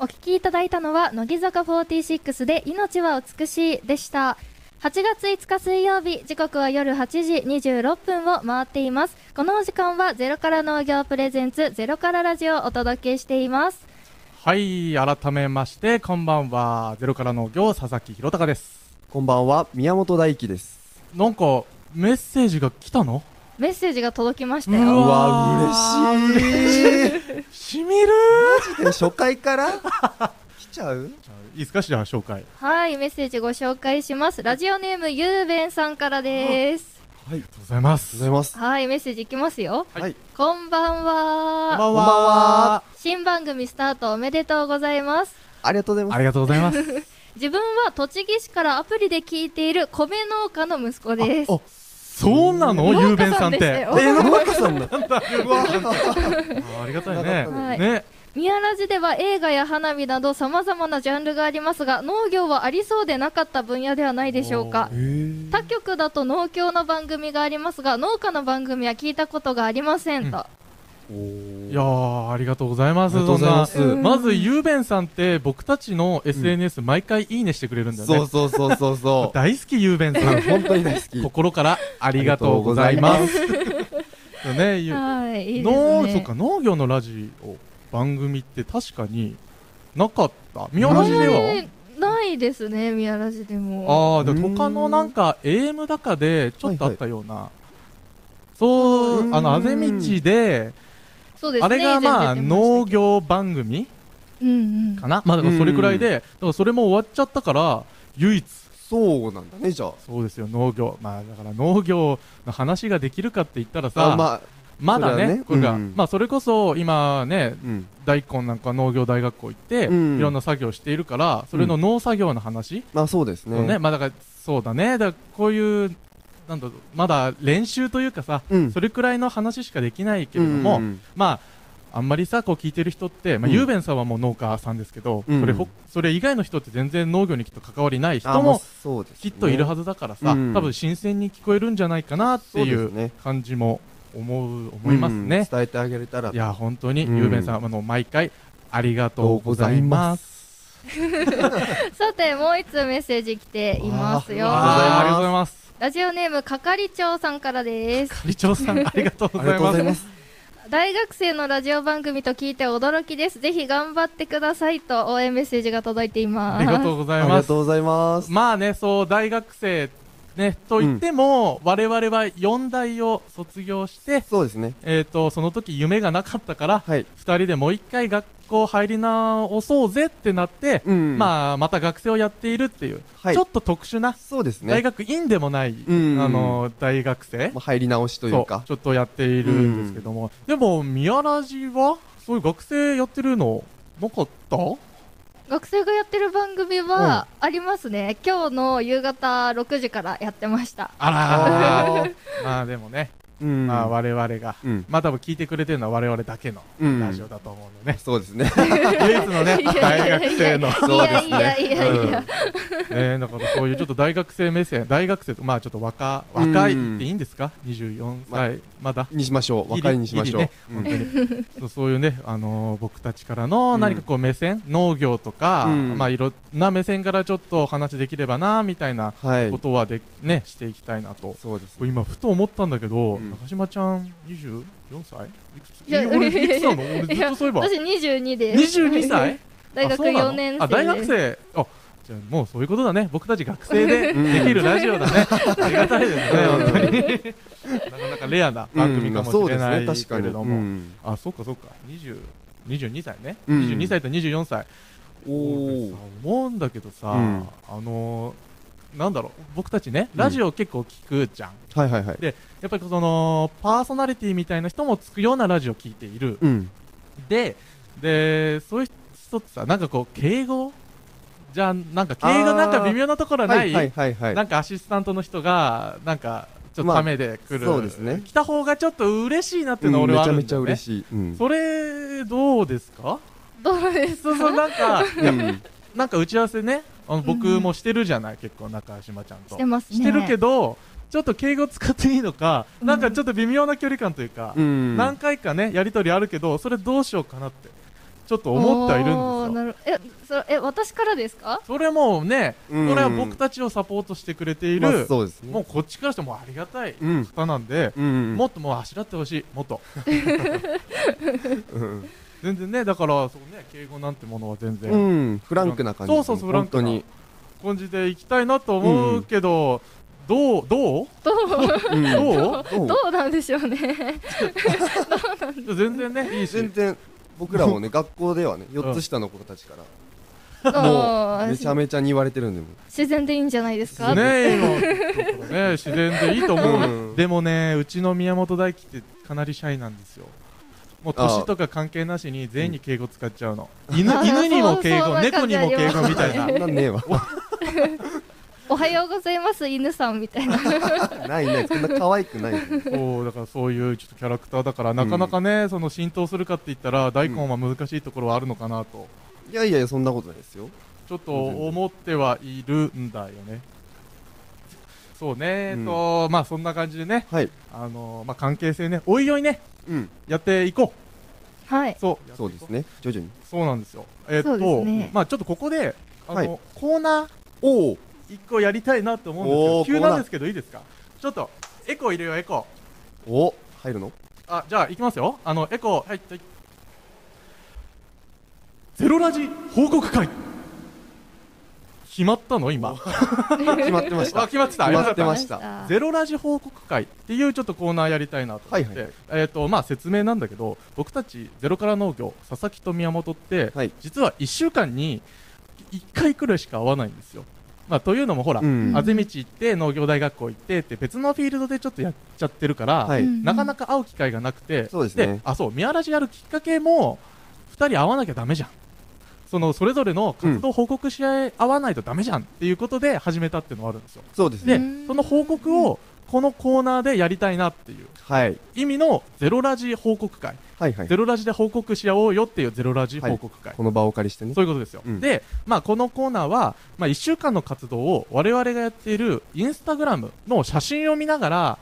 S3: お聴きいただいたのは乃木坂46で「命は美しい」でした8月5日水曜日時刻は夜8時26分を回っていますこのお時間は「ゼロから農業プレゼンツゼロからラジオ」をお届けしています
S1: はい、改めまして、こんばんは。ゼロからの行、佐々木弘隆です。
S2: こんばんは、宮本大輝です。
S1: なんか、メッセージが来たの
S3: メッセージが届きました
S1: う
S2: う
S3: よ
S2: わ
S1: わ、ー
S2: 嬉しい。
S1: しみる
S2: <laughs> え初回から来ちゃう
S1: いいですか、じゃあ、紹介。
S3: はいメッセージご紹介しますラジオネームゆうべんさんからです
S2: はい。ありが
S1: ありが
S2: と
S1: とうございま
S2: うご
S1: す。
S2: ざいます。
S3: はいメッセージいきますよ
S1: はい
S2: はい。
S3: こんばんは
S1: こんばん
S2: こんばん
S1: は
S2: は。
S3: 新番組スタートおめでとうございます
S2: ありがとうございます。
S1: ありがとうございます。
S3: 自分は栃木市からアプリで聞いている米農家の息子です
S1: あ、そうなの、ゆうべんさんっ
S3: 農家でした <laughs>
S1: て
S3: よ。
S2: えー、農家 <laughs> さんだ。
S1: あありがたい
S2: なか
S1: ね。
S2: ったね
S3: はい
S1: ね、
S3: 宮ラジでは映画や花火などさまざまなジャンルがありますが農業はありそうでなかった分野ではないでしょうか
S1: お
S3: 他局だと農協の番組がありますが農家の番組は聞いたことがありませんと、
S1: いやー、ありがとうございます。
S2: ありがとうございます
S1: そんな
S3: うん
S1: まず、ゆうべんさんって、僕たちの SNS 毎回いいねしてくれるんだよね。
S2: そうそうそうそう
S1: <laughs>
S2: そう。
S1: 大好き、ゆうべんさん。
S2: 本当に大好き。
S1: 心からありがとうございます。ね、ゆう
S3: はいいいです
S1: 農そっ
S3: ね
S1: か農業のラジオ番組って確かになかった。宮
S3: あ
S1: 橋
S3: ん
S1: で
S3: ま
S1: は。
S3: りないですね宮ラジでも
S1: ああ、でも
S2: うん
S1: 他のなんか AM だかでちょっとあったような。そうう、
S2: ん
S1: あの、あぜ道で、
S3: そうですね
S1: あれがまあ
S3: 以前出てしたけど
S1: 農業番組
S3: うんうん
S1: かなまあでもそれくらいで、だからそれも終わっちゃったから、唯一、
S2: そうなんだね、じゃあ。
S1: そうですよ、農業。まあだから農業の話ができるかって言ったらさ、
S2: あ、
S1: ま
S2: まあ、
S1: だ
S2: それは
S1: ね
S2: ね、
S1: これが、
S2: うん
S1: まあそれこそ今ね、
S2: うん。
S1: 大根なんか農業大学校行って、
S2: うん
S1: いろんな作業しているから、それの農作業の話、
S2: まあそうです
S1: そうね
S2: ね。
S1: まあだからそうだねだからこういうなんだろうまだ練習というかさ、
S2: うん
S1: それくらいの話しかできないけ
S2: うん
S1: れ
S2: う
S1: ど
S2: んうん
S1: も、まああんまりさこう聞いてる人って、まあ
S2: うん
S1: ゆうべんさんはもう農家さんですけど、
S2: うん
S1: それほそれ以外の人って全然農業にきっと関わりない
S2: あ
S1: 人
S2: まあ
S1: も
S2: そうです
S1: き
S2: ね
S1: っといるはずだからさ、
S2: うん
S1: 多分新鮮に聞こえるんじゃないかなってい
S2: そうです
S1: う
S2: ね
S1: 感じも思う思いますね。
S2: うん伝えてあげれたら
S1: い。や本当に
S2: うん
S1: ゆうべんさんあの毎回ありがとうございます。
S3: さてもう一通メッセージ来ていますよ
S1: あーありがとうございます。
S3: ラジオネーム係長さんからです
S1: 理長さんありがとうご
S2: ありが
S1: ざい
S2: とうご
S1: ま
S2: ざい
S1: す
S2: ま。す。
S3: 大学生のラジオ番組と聞いて驚きですぜひ頑張ってくださいと応援メッセージが届いています
S1: ありがとうござ
S2: あ
S1: い
S2: り
S1: ま
S2: が
S1: す
S2: と。うございます。
S1: まあね、そう、大学生、ね、と言っても、我々は4大を卒業して、
S2: そうですね。
S1: えっ、と、その時夢がなかったから、
S2: はい。
S1: 2人でもう一回学校入り直そうぜってなって、
S2: うんあ、
S1: まあ、また学生をやっているっていう、
S2: はい
S1: ちょっと特殊な、
S2: そうですね。
S1: 大学院でもない、
S2: ん
S1: あの、大学生、
S2: まあ入り直しというか
S1: そう、。ちょっとやっているんですけども、でも、宮ラジは、そういう学生やってるの、なかった
S3: 学生がやってる番組はありますね、今日の夕方6時からやってました
S1: あらー <laughs> まあでもね、
S2: うん
S1: まあ、我々が、
S2: うん
S1: まあ多分聞いてくれてるのは我々だけの
S2: うん
S1: ラジオだと思うのでね、
S2: そうですね
S1: 唯一のね大学生の、
S3: いやいやいやいや、
S1: えー、だからそういうちょっと大学生目線大学生とまあちょっと若若いっていいんですか24歳まだ
S2: <laughs> にしま
S1: <laughs>
S2: しょう若いにしましょう
S1: ギリギリね本当にそうそういうね、あのー僕たちからの何かこう目線、農業とか、
S2: うん
S1: まあいろんな目線からちょっとお話できればなみたいな
S2: うんはい
S1: ことはで、ねしていきたいなと。
S2: そうですね
S1: 今ふと思ったんだけど、
S2: うん
S1: 中島ちゃん24歳いくつ
S3: いや
S1: え俺いくつなの俺ずっとそういえば
S3: 私22で
S1: 22歳
S2: <laughs>
S3: 大
S1: あ
S3: 学
S1: そうなの
S3: 4年生
S1: あ大学
S3: で
S1: 生あじゃあもうそういうことだね僕たち学生で
S2: <laughs> うん
S1: できるラジオだね、ありがたいですね
S2: うん
S1: 本当になかなかレアな番組かもしれないけれども、
S2: うん
S1: あそうかそうか20 22歳ね、
S2: うん
S1: 22歳と24歳
S2: お
S1: 俺
S2: お
S1: さ思うんだけどさ、
S2: うん
S1: あのーなんだろう僕たちね
S2: うん
S1: ラジオ結構聞くじゃん、
S2: はいはいはい
S1: やっぱりそのパーソナリティみたいな人もつくようなラジオ聞いている、
S2: うん
S1: ででそういう人ってさなんかこう敬語じゃあなんか敬語なんか微妙なところはない、
S2: はいはいはい
S1: なんかアシスタントの人がなんかちょっと
S2: まあ
S1: ためで来る、
S2: そうですね
S1: 来た方がちょっと嬉しいなっていうのは俺はあるんだよ、ね
S2: めちゃめちゃ嬉しいうん
S1: それどうですか
S3: どうです
S1: そうそうなんか
S2: うん
S1: なんか打ち合わせねあの僕もしてるじゃない、結構中島ちゃんと
S3: してますね
S1: してるけどちょっと敬語使っていいのか、
S3: うん
S1: なんかちょっと微妙な距離感というか、
S2: うん
S1: 何回かねやり取りあるけどそれどうしようかなってちょっと思ってはいる
S3: おー
S1: んですよ
S3: なるえそえ私からですか
S1: それもね、
S2: うん
S1: それは僕たちをサポートしてくれている、
S2: まあそうですね
S1: もうこっちからしてもありがたい
S2: うん
S1: 方なんで、
S2: うん
S1: もっともうあしらってほしいもっと
S2: うん
S1: 全然ねだからそうね敬語なんてものは全然、
S2: うんフランクな感じ
S1: そうそうそうフランクな
S2: 本
S1: 感じでいきたいなと思うけど、どうどう
S3: どう
S2: 当にうん
S1: ど
S2: <laughs>
S1: う
S2: どう
S3: どうなんでしょう
S1: <laughs>
S3: ね
S1: 全然ねいいし
S2: 全然僕らもね学校ではね4つ下の子たちから
S3: も <laughs>
S2: もうめちゃめちゃに言われてるんでもう
S3: 自然でいいんじゃないですか、
S1: ね今のところね自然でいいと思うね、
S2: うん
S1: でもねうちの宮本大輝ってかなりシャイなんですよもう年とか関係なしに全員に敬語使っちゃうの、犬
S3: あー
S1: 犬にも敬
S3: そうそう
S1: 語
S3: わかる
S1: 猫にも敬語みたいな
S2: そんなんね
S1: <laughs>
S2: えわ
S3: おはようございます犬さんみたいな
S2: ないないそんな可愛くない
S1: そうだからそういうちょっとキャラクターだからなかなかね、その浸透するかって言ったら大根は難しいところはあるのかなと
S2: いやいやいやそんなことないですよ
S1: ちょっと思ってはいるんだよねそうね、
S2: うん
S1: とまあそんな感じでね
S2: はい
S1: あのまあ関係性ねおいおいね
S2: うん
S1: やっていこ
S3: はい、
S1: うそう
S2: そうですね徐々に
S1: そうなんですよ。えっと、
S3: そうですね
S1: まあちょっとここで、あの、
S2: はい
S1: コーナー
S2: おお
S1: 一個やりたいなと思うんで
S2: お
S1: すけ
S2: ー
S1: ど、急
S2: コーナ
S1: な
S2: ー
S1: んですけどいいですかちょっと、エコー入れよう、エコ
S2: お入るの
S1: ー。あ、じゃあ行きますよ。あの、エコー、はい、はい。ゼロラジ報告会決まったの今。
S2: 決まってまし
S1: あ、
S2: <laughs> た
S1: 決まってた。
S2: 決まって
S1: よか
S2: ました
S1: たゼロラジ報告会っていうちょっとコーナーやりたいなと思って、
S2: はいはい
S1: えっ、と、まあ説明なんだけど、僕たちゼロから農業、佐々木と宮本って、
S2: はい
S1: 実は1週間に1回くらいしか会わないんですよ。まあ、というのもほら、
S2: うん
S1: あぜ道行って農業大学校行ってって別のフィールドでちょっとやっちゃってるから、
S2: はい
S3: うん
S1: なかなか会う機会がなくて
S2: そうですね
S1: あそう宮ラジやるきっかけも2人会わなきゃダメじゃんそのそれぞれの活動報告し合い合わないとダメじゃんっていうことで始めたっていうのはあるんですよ
S2: そうです
S1: で
S2: ね
S3: うん
S1: その報告をこのコーナーでやりたいなっていう
S2: はい
S1: 意味のゼロラジ報告会
S2: はいはい
S1: ゼロラジで報告し合おうよっていうゼロラジ報告会
S2: この場をお借りしてね
S1: そういうことですよ。
S2: うん
S1: で、まあ、このコーナーは、まあ、1週間の活動を我々がやっているインスタグラムの写真を見ながら、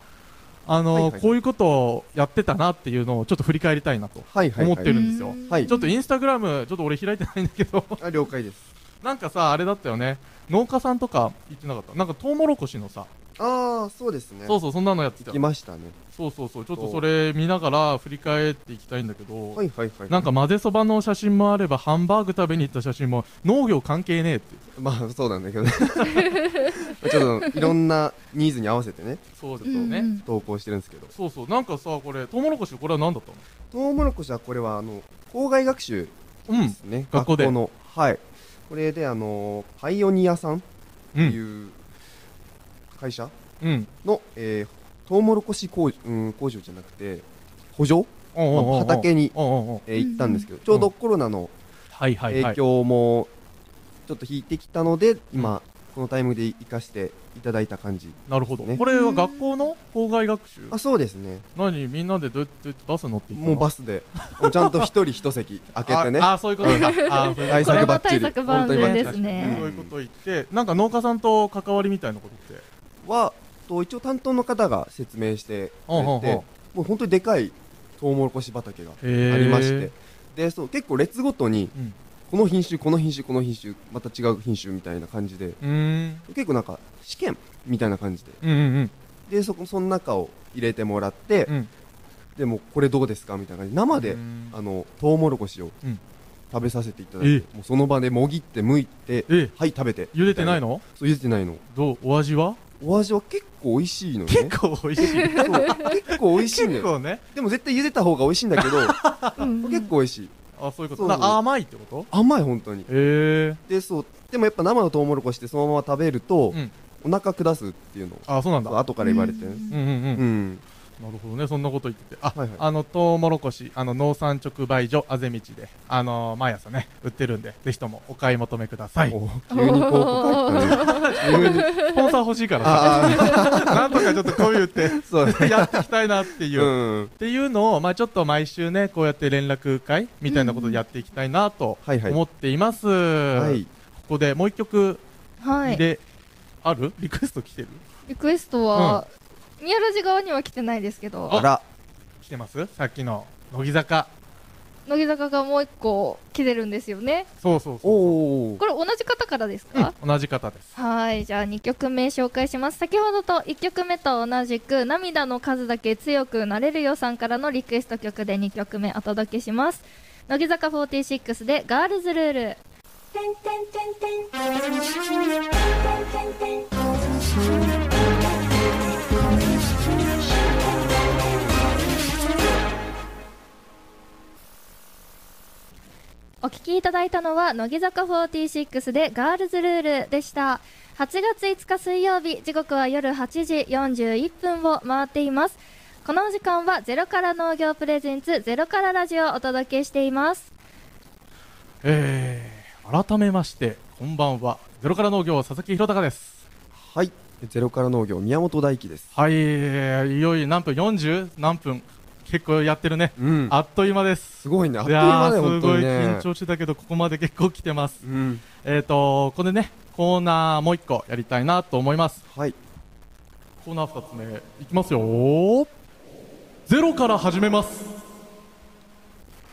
S1: あの
S2: はいはい
S1: こういうことをやってたなっていうのをちょっと振り返りたいなと
S2: はいはい
S1: 思
S2: は
S1: っ
S2: い
S1: てるんですよ。
S3: うん
S2: はい
S1: ちょっとインスタグラム、ちょっと俺開いてないんだけど、 <laughs>
S2: あ了解です
S1: なんかさ、あれだったよね。農家さんとか言ってなかった。なんかトウモロコシのさ、
S2: ああそうですね
S1: そうそう、そんなのやってた
S2: 行き
S1: よ。
S2: ましたね
S1: そうそうそう、ちょっとそれ見ながら振り返っていきたいんだけど、
S2: はいはいはい
S1: なんか混ぜそばの写真もあれば、ハンバーグ食べに行った写真も、農業関係ねえって。
S2: <laughs> まあそうなんだけどね <laughs> ちょっといろんなニーズに合わせてね
S1: そうです
S3: う
S1: よ
S3: ん
S1: ね。
S3: うん
S2: 投稿してるんですけど
S1: そうそうなんかさこれトウモロコシこれは何だった
S2: トウモロコシはこれはあの校外学習
S1: のう
S2: で
S1: ん
S2: すね、
S1: 学校で
S2: のはいこれであのパイオニアさんっ
S1: う
S2: てい
S1: ん
S2: う会社
S1: うん
S2: の、えートウモロコシ工,、うん、工場じゃなくて補助、
S1: おうおうおうおう
S2: 畑に
S1: おうおうおう
S2: えー行ったんですけど、ちょうどコロナの
S1: はいはいはい
S2: 影響もちょっと引いてきたので、今このタイムで生かしていただいた感じ
S1: なるほど、
S2: ね
S1: これは学校の校外学習
S2: あそうですね
S1: 何みんなでどうやってバス乗っていくの
S2: もうバスでもうちゃんと一人一席開けてね
S1: ああそういうことかあそういうことか
S2: 対
S3: これ
S2: 策
S3: も
S2: バッチ
S3: 対
S2: リ
S3: 策万全です
S1: そう
S3: ね。
S1: いうこと言ってなんか農家さんと関わりみたいなことって
S2: はと一応担当の方が説明してく
S1: うんうんう
S2: れ
S1: ん
S2: てもう本当にでかいトウモロコシ畑があ
S1: へー
S2: りましてでそう結構列ごとに
S1: うん
S2: この品種この品種この品種また違う品種みたいな感じで
S1: うーん
S2: 結構なんか試験みたいな感じで
S1: うんうん
S2: でそこその中を入れてもらって
S1: うん
S2: でもうこれどうですかみたいな感じで生で
S1: うん
S2: あのトウモロコシを
S1: うん
S2: 食べさせていただいてもうその場でもぎって剥いて
S1: え
S2: はい食べて
S1: 茹でてないの
S2: そう茹でてないの
S1: どうお味は
S2: お味は結構美味しいのよね
S1: 結構美味しい
S2: そう結構美味しいの
S1: 結
S2: よ
S1: 構ね
S2: でも絶対茹でた方が美味しいんだけど
S1: <laughs>
S3: うん
S2: 結構美味しい
S1: あそういうこ
S2: そ
S1: と
S2: う
S1: だから甘いってこと
S2: 甘い本当に
S1: へえ
S2: でそうでもやっぱ生のトウモロコシってそのまま食べると
S1: う、ん
S2: お腹下すっていうのを
S1: あそうなん
S2: そ
S1: だ
S2: う後から言われて
S3: う
S2: ね
S1: うん
S3: ん
S1: うんうん
S2: うん
S1: なるほどね、そんなこと言ってて、あ、
S2: はいはい
S1: あのトウモロコシ、あの農産直売所あぜ道で、あのー毎朝ね売ってるんで、ぜひともお買い求めください。
S2: お急に広告入ったね急
S1: <laughs>
S2: に
S1: スポンサー欲しいからさ、
S2: あ
S1: なんとかちょっとこういうって
S2: あそう
S1: やっていきたいなっていう、っ
S2: うん
S1: ていうのをまあちょっと毎週ねこうやって連絡会みたいなことでやっていきたいなと
S2: はいはい
S1: 思っています。
S2: はい
S1: ここでもう一曲
S3: はい。
S1: で、あるリクエスト来てる？
S3: リクエストは、宮ラジ側には来てないですけど、
S2: あら
S1: 来てます？さっきの乃木坂。
S3: 乃木坂がもう一個来てるんですよね。
S1: そうそう
S2: お
S1: そう
S2: お
S3: これ同じ方からです
S1: そう
S3: か、。
S1: 同じ方です。
S3: はいじゃあ2曲目紹介します先ほどと1曲目と同じく「涙の数だけ強くなれるよ」さんからのリクエスト曲で2曲目お届けします乃木坂46で「ガールズルール」お聞きいただいたのは乃木坂46でガールズルールでした8月5日水曜日時刻は夜8時41分を回っていますこのお時間はゼロから農業プレゼンツゼロからラジオをお届けしています
S1: えー、改めましてこんばんはゼロから農業佐々木弘隆です
S2: はいゼロから農業宮本大輝です
S1: はいいよいよ何分 40? 何分結構やってるね、
S2: うん
S1: あっという間です
S2: すごいねあっ
S1: い
S2: という間
S1: や
S2: だ
S1: ー
S2: よ
S1: す
S2: 本当
S1: ごい
S2: にね
S1: 緊張してたけどここまで結構来てます
S2: うん
S1: えっ、ー、とここでねコーナーもう一個やりたいなと思います
S2: はい
S1: コーナー二つ目いきますよーゼロから始めます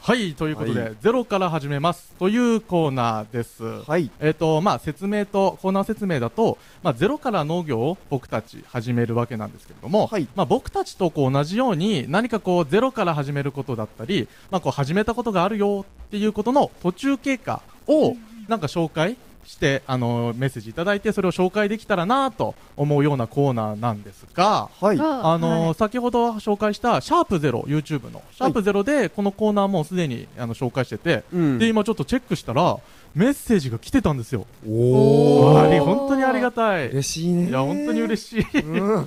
S1: はいということで、
S2: はい
S1: ゼロから始めますというコーナーです
S2: はい
S1: えーとまあ、説明とコーナー説明だと、まあ、ゼロから農業を僕たち始めるわけなんですけれども、
S2: はい
S1: まあ、僕たちとこう同じように何かこうゼロから始めることだったり、まあ、こう始めたことがあるよっていうことの途中経過をなんか紹介してあのメッセージいただいてそれを紹介できたらなと思うようなコーナーなんですが。
S2: はい
S1: あの先ほど紹介した「シャープゼロ YouTube の「シャープゼロでこのコーナーもうすでにあの紹介してて、
S2: うん
S1: で今ちょっとチェックしたらメッセージが来てたんですよ
S2: お
S1: あ
S2: ー
S1: れ本当にありがたいい
S2: 嬉しいね
S1: や本当に
S2: し
S1: 嬉しい <laughs>
S2: い、うん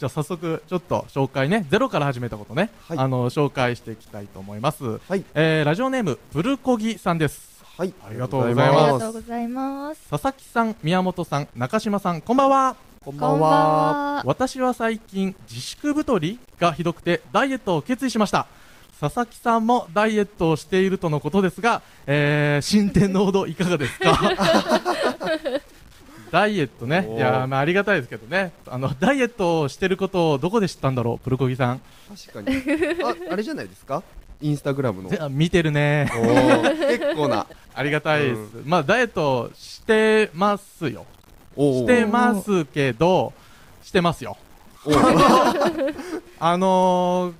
S1: じゃあ早速ちょっと紹介ねゼロから始めたことね、
S2: はい
S1: あの紹介していきたいと思います、
S2: はい
S1: えーラジオネームブルコギさんです
S2: はい、
S1: ありがとうございます
S3: あ
S1: あ
S3: り
S1: り
S3: が
S1: が
S3: とうございます
S1: 佐々木さん宮本さん中島さんこんばんは
S2: こんば
S3: こんば
S2: ん
S3: ん
S2: は。
S3: は
S1: 私は最近自粛太りがひどくてダイエットを決意しました佐々木さんもダイエットをしているとのことですが、えー、進展のほどいかがですかダイエットね
S2: おー
S1: いやーまあありがたいですけどねあのダイエットをしてることをどこで知ったんだろうプルコギさん
S2: 確かに。あ、あれじゃないですか？インスタグラムの。
S1: ぜあ見てるね
S2: おー結構な。
S1: ありがたいです、まあダイエットしてますよ
S2: おー
S1: してますけどしてますよ
S2: おー
S1: <laughs> あのー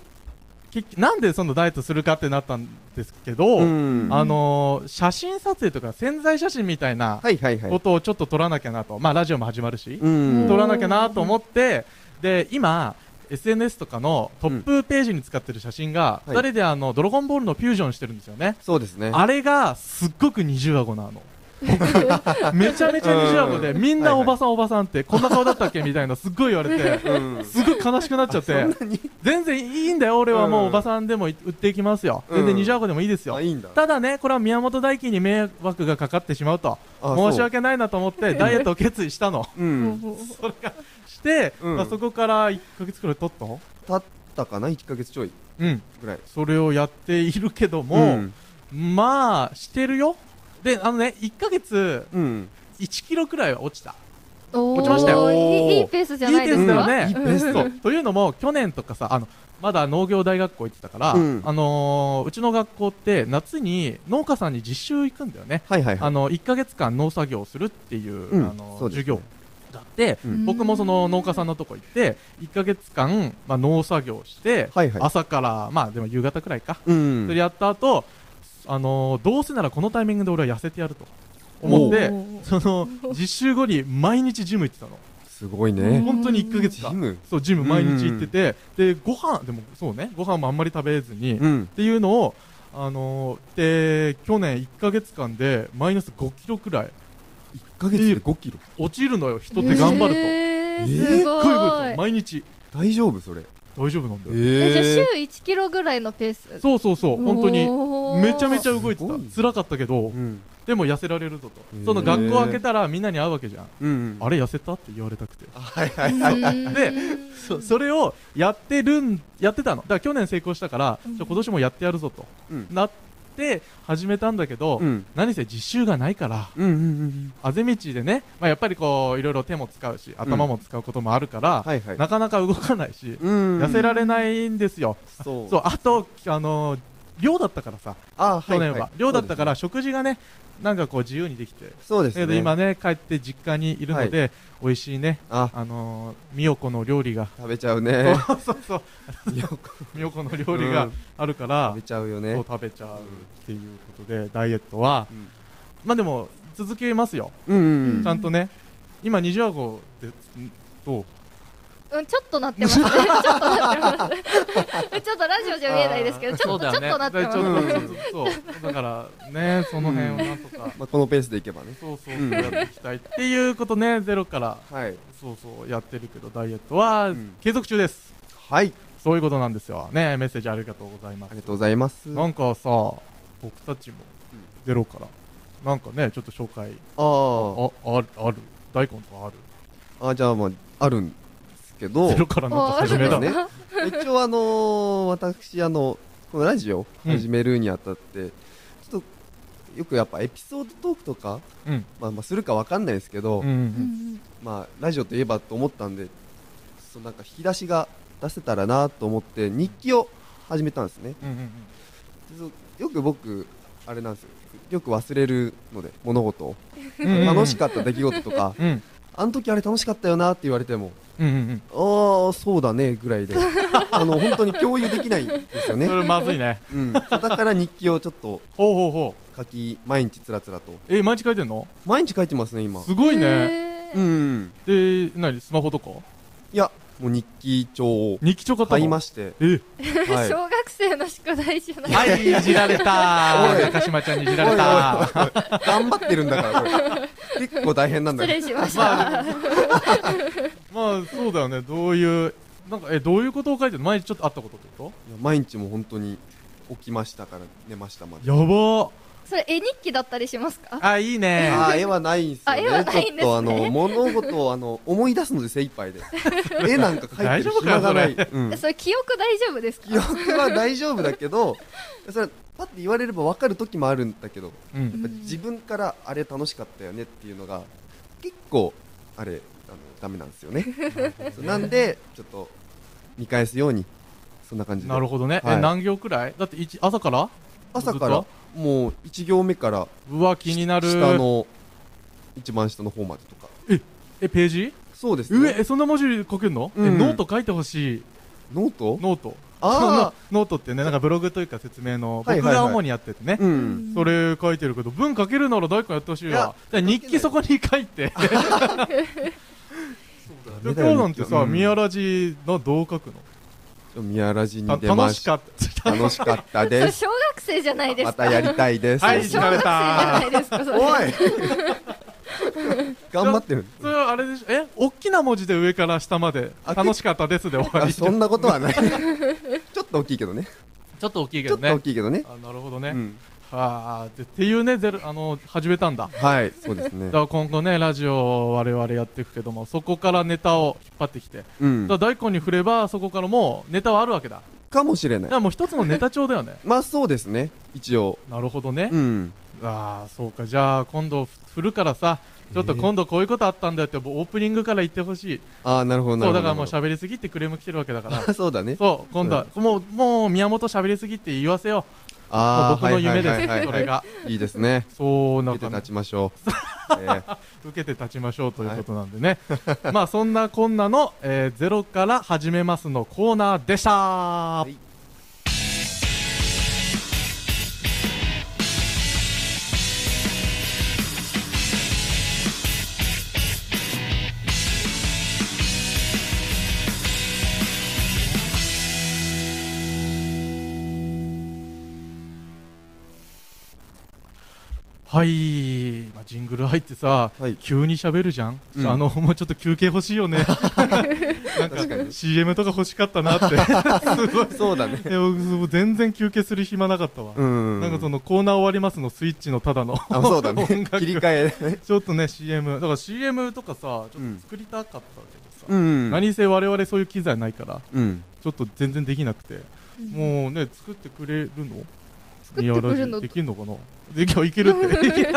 S1: きなんでそのダイエットするかってなったんですけど、
S2: うん
S1: あのー写真撮影とか潜在写真みたいな
S2: はいはいは
S1: こ
S2: い。
S1: とをちょっと撮らなきゃなと、まあラジオも始まるし、
S2: うん。
S1: 撮らなきゃなと思って、で今 SNS とかのトップページに使ってる写真が、
S2: はい
S1: 二人であのドラゴンボールのフュージョンしてるんですよね、
S2: そうですね。
S1: あれがすっごく二重顎なの <laughs> めちゃめちゃ虹顎で、
S2: う
S1: みんなおばさんおばさんってこんな顔だったっけみたいなすっごい言わ
S2: <laughs>
S1: れて
S2: うん
S1: すごい悲しくなっちゃって全然いいんだよ俺はもうおばさんでも売っていきますよ
S2: うん
S1: 全然虹顎でもいいですよ
S2: あいいんだ
S1: ただねこれは宮本大輝に迷惑がかかってしまうと
S2: あ
S1: 申し訳ないなと思
S2: <laughs>
S1: ってダイエットを決意したの
S2: うん
S1: それがして、
S2: うん
S1: まあそこから1ヶ月くらい経った
S2: 経ったかな1ヶ月ちょい
S1: うん
S2: ぐらい
S1: それをやっているけど
S2: う
S1: も
S2: ん、
S1: まあしてるよであのね1ヶ月
S2: うん
S1: 1キロくらいは落ちた
S3: 落
S1: 落ちましたよ
S3: いいいいペースじゃないで
S1: いいペース
S3: すか。
S1: だよね
S2: いいペース
S1: そうというのも去年とかさあのまだ農業大学校行ってたから、
S2: うん
S1: あのーうちの学校って夏に農家さんに実習行くんだよね、
S2: はいはい
S1: あ
S2: はい
S1: の1か月間農作業をするっていう、
S2: うん
S1: あの
S2: そうです
S1: 授
S2: ね
S1: 業があって、
S2: うん
S1: 僕もその農家さんのとこ行って1か月間、まあ、農作業して、
S2: はいはい
S1: 朝からまあでも夕方くらいか、
S2: うん
S1: それやった後あのーどうせならこのタイミングで俺は痩せてやると思って
S3: おー
S1: その実習後に毎日ジム行ってたの。
S2: すごいね
S1: 本当に1ヶ月
S2: ジ
S1: 間
S2: ム
S1: そうジム毎日行ってて、でご飯でもそうねご飯もあんまり食べずに、っ
S2: うん
S1: ていうのをあのーで去年1ヶ月間でマイナス5キロくらい
S2: 1ヶ月で5キロ
S1: 落ちるのよ人って頑張ると、
S3: えー
S2: えー
S3: す
S1: すっごい
S3: ご
S1: 動い
S3: い
S1: て。毎日
S2: 大丈夫それ
S1: 大丈夫なんだよ、
S3: えじゃあ
S2: え
S3: 週1キロぐらいのペース。
S1: そうそうそう本当に
S3: おー
S1: めちゃめちゃ動いて
S2: す
S1: た
S2: ごい
S1: 辛かったけど、
S2: うん
S1: でも痩せられるぞと、
S2: へー
S1: その学校開けたらみんなに会うわけじゃん
S2: うん
S1: あれ痩せたって言われたくて
S2: はいはい
S1: で
S3: うん
S1: そそれをやってるんやってたのだから去年成功したから、
S3: うん
S1: じゃあ今年もやってやるぞと、
S2: うん
S1: なって始めたんだけど、
S2: うん
S1: 何せ実習がないから
S2: うんうんうん
S1: あぜ道でね、まあ、やっぱりこういろいろ手も使うし頭も使うこともあるから、
S2: はいはい
S1: なかなか動かないし、
S2: うん
S1: 痩せられないんですよ、
S2: そう
S1: そうあとあのー寮だったからさ
S2: あ
S1: 去年は、寮だったから
S2: そ
S1: 食事がねなんかこう自由にできてだ
S2: うですね
S1: けど今ね帰って実家にいるので、美味しいね
S2: あ
S1: あのー、美代子の料理が
S2: 食べちゃうね
S1: そうそうそう
S2: <laughs>
S1: 美代子の料理があるから
S2: 食、べちゃうよ
S1: そう
S2: ね
S1: 食べちゃうっていうことでダイエットは
S2: うん
S1: まあでも続けますよ、
S2: うんうん
S1: ちゃんとね今二十話号でんと
S3: うん、ちょっとなってます。ちょっ <laughs> となってます。ちょっとラジオじゃ見えないですけど、ちょっと、ちょっとなって
S1: だ
S3: ます。
S1: ちょ
S2: ま
S1: っ
S2: す
S1: とずつそうだからねその辺をなんとか、
S2: まあこのペースでいけばね
S1: そうそう
S2: うん
S1: やっていきたいっていうことねゼロから
S2: はい
S1: そうそうやってるけどダイエットは
S2: ん
S1: 継続中です、
S2: はい
S1: そういうことなんですよねメッセージありがとうございま
S2: あ
S1: す
S2: りがとうございます
S1: なんかさ僕たちも
S2: うん
S1: ゼロからなんかねちょっと紹介
S2: あ
S1: ああるある大根とかある
S2: ああじゃあまああるんですけど
S1: ゼロからなんか始め
S2: そ
S1: た
S2: うですね一応あのー私あのこのラジオ
S1: うん
S2: 始めるにあたって、ちょっとよくやっぱエピソードトークとか、
S1: うん
S2: まあ、まあするかわかんないですけど、
S1: うんうん
S2: まあラジオといえばと思ったんでそのなんか引き出しが出せたらなと思って日記を始めたんですね
S1: うんうんうん
S2: でそうよく僕あれなんですよよく忘れるので物事を
S1: うんうん
S2: 楽しかった出来事
S1: <laughs>
S2: とか
S1: うん
S2: あの時あれ楽しかったよなって言われても
S1: うんうん
S2: ああそうだねぐ
S1: <laughs>
S2: らいであの本当に共有できないんですよ
S1: うん
S2: ね
S1: それまずいね
S2: うん、だから日記をちょっと
S1: ほうほうほう
S2: 書き毎日つらつらと
S1: え毎日書いてんの
S2: 毎日書いてますね今
S1: すごいね
S3: へ
S2: う
S3: ー
S2: ん
S1: で何スマホとか
S2: いやもう日記帳を
S1: 日記帳買ったの
S2: 買いまして
S1: え
S2: はい
S3: 小学生の宿題じゃない。
S1: はいいじられた
S2: おい
S1: 中島ちゃんにいじら
S2: おいお
S1: れ
S2: い
S1: た
S2: 頑張ってるんだからこ
S1: <laughs>
S2: れ結構大変なんだ
S3: 失
S2: け
S3: 礼
S2: ど
S3: しました。
S1: まあでもまあそうだよねどういうなんかえどういうことを書いてるの毎日ちょっとあったことってこ
S2: いや毎日もう本当に起きましたから寝ましたまで
S1: とやばー
S3: それ絵日記だったりしますか？
S1: あいいね
S2: あー絵はないんですよね
S3: あ絵はないんですね
S2: ちょっとあの物事をあの思い出すので精一杯
S3: <laughs>
S2: で絵なんか描いてる暇がない
S1: 大丈夫
S2: うん、
S3: それ記憶大丈夫ですか？
S2: 記憶は大丈夫だけどそれパッて言われれば分かる時もあるんだけど
S1: う
S2: やっ
S1: ん
S2: ぱ自分からあれ楽しかったよねっていうのが結構あれあのダメなんですよ
S3: <laughs>
S2: ねそうなんでちょっと見返すようにそんな感じで
S1: なるほどね
S2: は
S1: え
S2: い
S1: 何行くらいだって一朝から
S2: 朝か
S1: ず
S2: ら
S1: っ
S2: もう1行目から
S1: うわ気になる
S2: 下の一番下の方までとか
S1: えページ
S2: そうです
S1: 上
S2: ね
S1: えそんな文字書けるの、え
S2: うん
S1: ノート書いてほしい
S2: ノート
S1: ノート
S2: あ
S1: そのノートってねなんかブログというか説明の
S2: はい
S1: 僕
S2: はいは
S1: が
S2: い
S1: 主にやっててね、
S2: あう
S3: うん
S1: それ書いてるけど文書けるなら誰かやってほしい
S2: いや
S1: わじゃあ日記そこに書いてで今日なんてさ、
S2: うん
S1: 宮ラジのどう書くの
S2: ちょ宮ラジに
S1: た
S2: 出ま
S1: 楽
S2: し
S1: しかった <laughs>
S2: 楽しかった
S3: そ
S2: で
S3: れ
S2: す。
S3: 小学生じゃないです
S2: ま
S3: か。
S2: たやりたいです。
S1: はい
S3: 小学生じゃないですか。それ
S2: おい頑張ってる。
S1: それはあれでしょえ大きな文字で上から下まで
S2: あ
S1: 楽しかったですで終わ
S2: あ
S1: り
S2: そんなことはない。ちょっと大きいけどね。
S1: ちょっと大きいけ
S2: ちょ
S1: ど
S2: っと大
S1: ね
S2: きいけどね。
S1: あなるほどね、
S2: うん
S1: はあでっていうねゼロあの始めたんだ
S2: はい、そうですね
S1: だか。ら今後ねラジオを我々やっていくけどもそこからネタを引っ張ってきて、
S2: うん
S1: だ。から大根に振ればそこからもうネタはあるわけだだか
S2: かもしれない。
S1: らもう一つのネタ帳だよね
S2: まあそうですね。一応。
S1: なるほどね、
S2: うん。
S1: ああそうかじゃあ今度振るからさちょっと今度こういうことあったんだよってもうオープニングから言ってほしい
S2: ああ、なるほど、な
S1: そ
S2: る
S1: うだ
S2: ほど。
S1: からもう喋りすぎってクレーム来てるわけだから
S2: <laughs> そうだね。
S1: そう今度はもうもう宮本喋りすぎって言わせようも
S2: あ
S1: う
S2: あ、
S1: 僕の夢です、
S2: はいはいはい
S1: そ
S2: はい
S1: れが
S2: いいですね。
S1: そうな
S2: 見
S1: ん
S2: て
S1: か、ね
S2: 立、ちましょ
S1: <laughs>
S2: う。えー
S1: 受けて立ちましょうということなんでね、 <laughs> まあそんなこんなの、えーゼロから始めます」のコーナーでした、
S2: い
S1: はい、まあ、ジングル入ってさ、
S2: はい
S1: 急に喋るじゃん、
S2: うん
S1: あのもうちょっと休憩欲しいよ
S2: <laughs>
S1: ねなん
S2: 確か
S1: か
S2: に
S1: CM とか欲しかったなって
S2: <laughs>
S1: すごい
S2: そうだね。
S1: いや僕全然休憩する暇なかったわ、
S2: うん。
S1: なんかそのコーナー終わりますのスイッチのただの
S2: あそうだ
S1: <laughs>
S2: ね。
S1: 音楽
S2: 切り替えね。
S1: ちょっとね CM だから CM とかさちょっと作りたかったけどさ、
S2: うん。
S1: 何せ我々そういう機材ないから
S2: うん。
S1: <laughs> ちょっと全然できなくて、もうね作ってくれるの
S3: 作ってくるの
S1: 宮原できるのかなできいけるっていける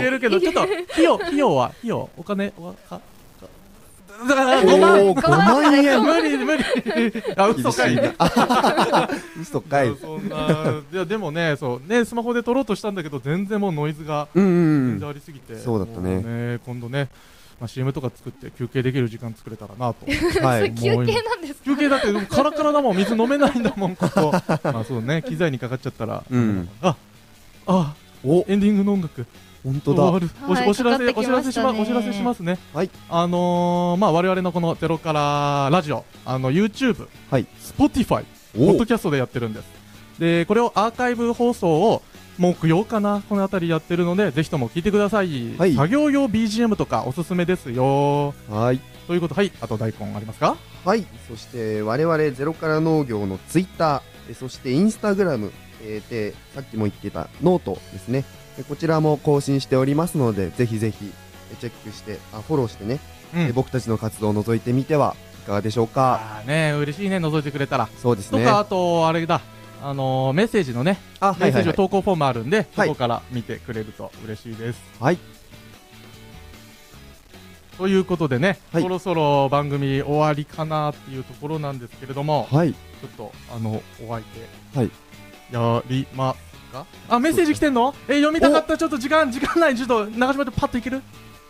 S1: いけ
S2: ー。
S1: るけどちょっと費用費用は費用お金はかかだから
S2: お
S1: 5万
S2: ー、5万円
S1: 無理無理あ嘘かい
S2: 厳しな。 <laughs> 嘘かい。
S1: そんないやでもねそうねスマホで撮ろうとしたんだけど全然もうノイズが
S2: うん
S1: 全
S2: うん
S1: 然ありすぎて、
S2: そうだったね
S1: も今度ね、まあ、CM とか作って休憩できる時間作れたらなと
S2: うん。は
S3: それ
S2: い。
S3: 休憩なんですか。
S1: 休憩だってカラカラだもん水飲めないんだもんこ
S2: <laughs>
S1: こまあそうね機材にかかっちゃったら、
S2: うん
S1: ああ
S2: お、
S1: エンディングの音楽
S2: 本当
S1: 終わ
S2: だ。
S1: る
S3: は
S1: お
S3: い
S1: お知らせ
S3: か
S1: お
S3: かって
S1: 知
S3: きま
S1: ら
S3: し
S1: せしたま
S3: ね
S1: お知らせしますね
S2: はい。
S1: あのー、まあ我々のこのゼロからラジオあの YouTube
S2: はい。
S1: Spotify ポッ
S2: お
S1: ドキャストでやってるんですでこれをアーカイブ放送を木曜かなこの辺りやってるのでぜひとも聞いてください、
S2: はい
S1: 作業用 BGM とかおすすめですよ
S2: はい。
S1: ということはいあと大根ありますか
S2: はい、そして我々ゼロから農業のツイッターえ、そしてインスタグラム、えーで、さっきも言ってたノートですね、えこちらも更新しておりますので、ぜひぜひえチェックして、あフォローしてね、
S1: う
S2: え僕たちの活動を覗いてみてはいかがでしょうか。
S1: あーね嬉しいね覗いてくれたら
S2: そうです
S1: と
S2: ね。
S1: かあとあれだあのー、メッセージのね
S2: あ、
S1: メ
S2: はい
S1: ッセ
S2: は
S1: ー
S2: い
S1: ジの
S2: はい。
S1: 投稿フォームあるんで、
S2: はい
S1: そこから見てくれると嬉しいです
S2: はい、
S1: ということでね、
S2: はい
S1: そろそろ番組終わりかなっていうところなんですけれども、
S2: はい、
S1: ちょっとあのお相手、
S2: はい、
S1: やりますかあメッセージ来てんのえ読みたかったちょっと時間時間ないちょっと長島でパッといける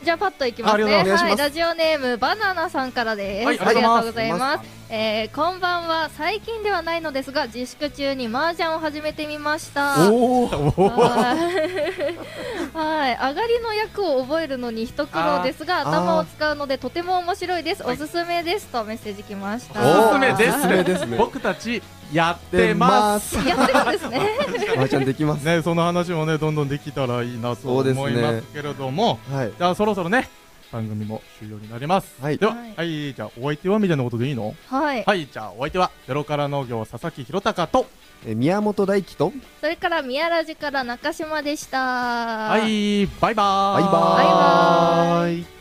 S3: じゃあパッといきます
S1: ありが
S3: ね
S1: とう
S2: ございます
S3: はいラジオネームバナナさんからです、
S1: はい
S3: あ
S1: あ
S3: り
S1: り
S3: が
S1: がとうご
S3: とうござ
S1: ざ
S3: い
S1: い
S3: ま
S1: ます
S3: すえー、こんばんは最近ではないのですが自粛中に麻雀を始めてみました
S1: おー
S3: はいはい上がりの役を覚えるのに一苦労ですが
S2: あー
S3: 頭を使うのでとても面白いです
S1: は
S3: お
S1: い
S3: すすめですとメッセージ来まし
S1: お
S3: た
S1: すすめで
S2: おすすめです
S1: す
S2: ね
S1: 僕たちやってます
S2: す。
S3: やってるんですね
S2: マーちゃんできます。
S1: ねその話もねどんどんできたらいいなと
S2: そうですね
S1: 思いますけれども、
S2: はい、
S1: じゃあそろそろね番組も終了になります、
S2: はい
S1: では、
S3: はい
S1: はい、じゃあお相手はみたいなことでいいの
S3: はい、
S1: はいじゃあお相手はゼロから農業佐々木弘隆と
S2: え宮本大輝と、
S3: それから宮ラジから中島でした
S1: はいバイバー
S2: バイ
S1: イ
S2: バーイ。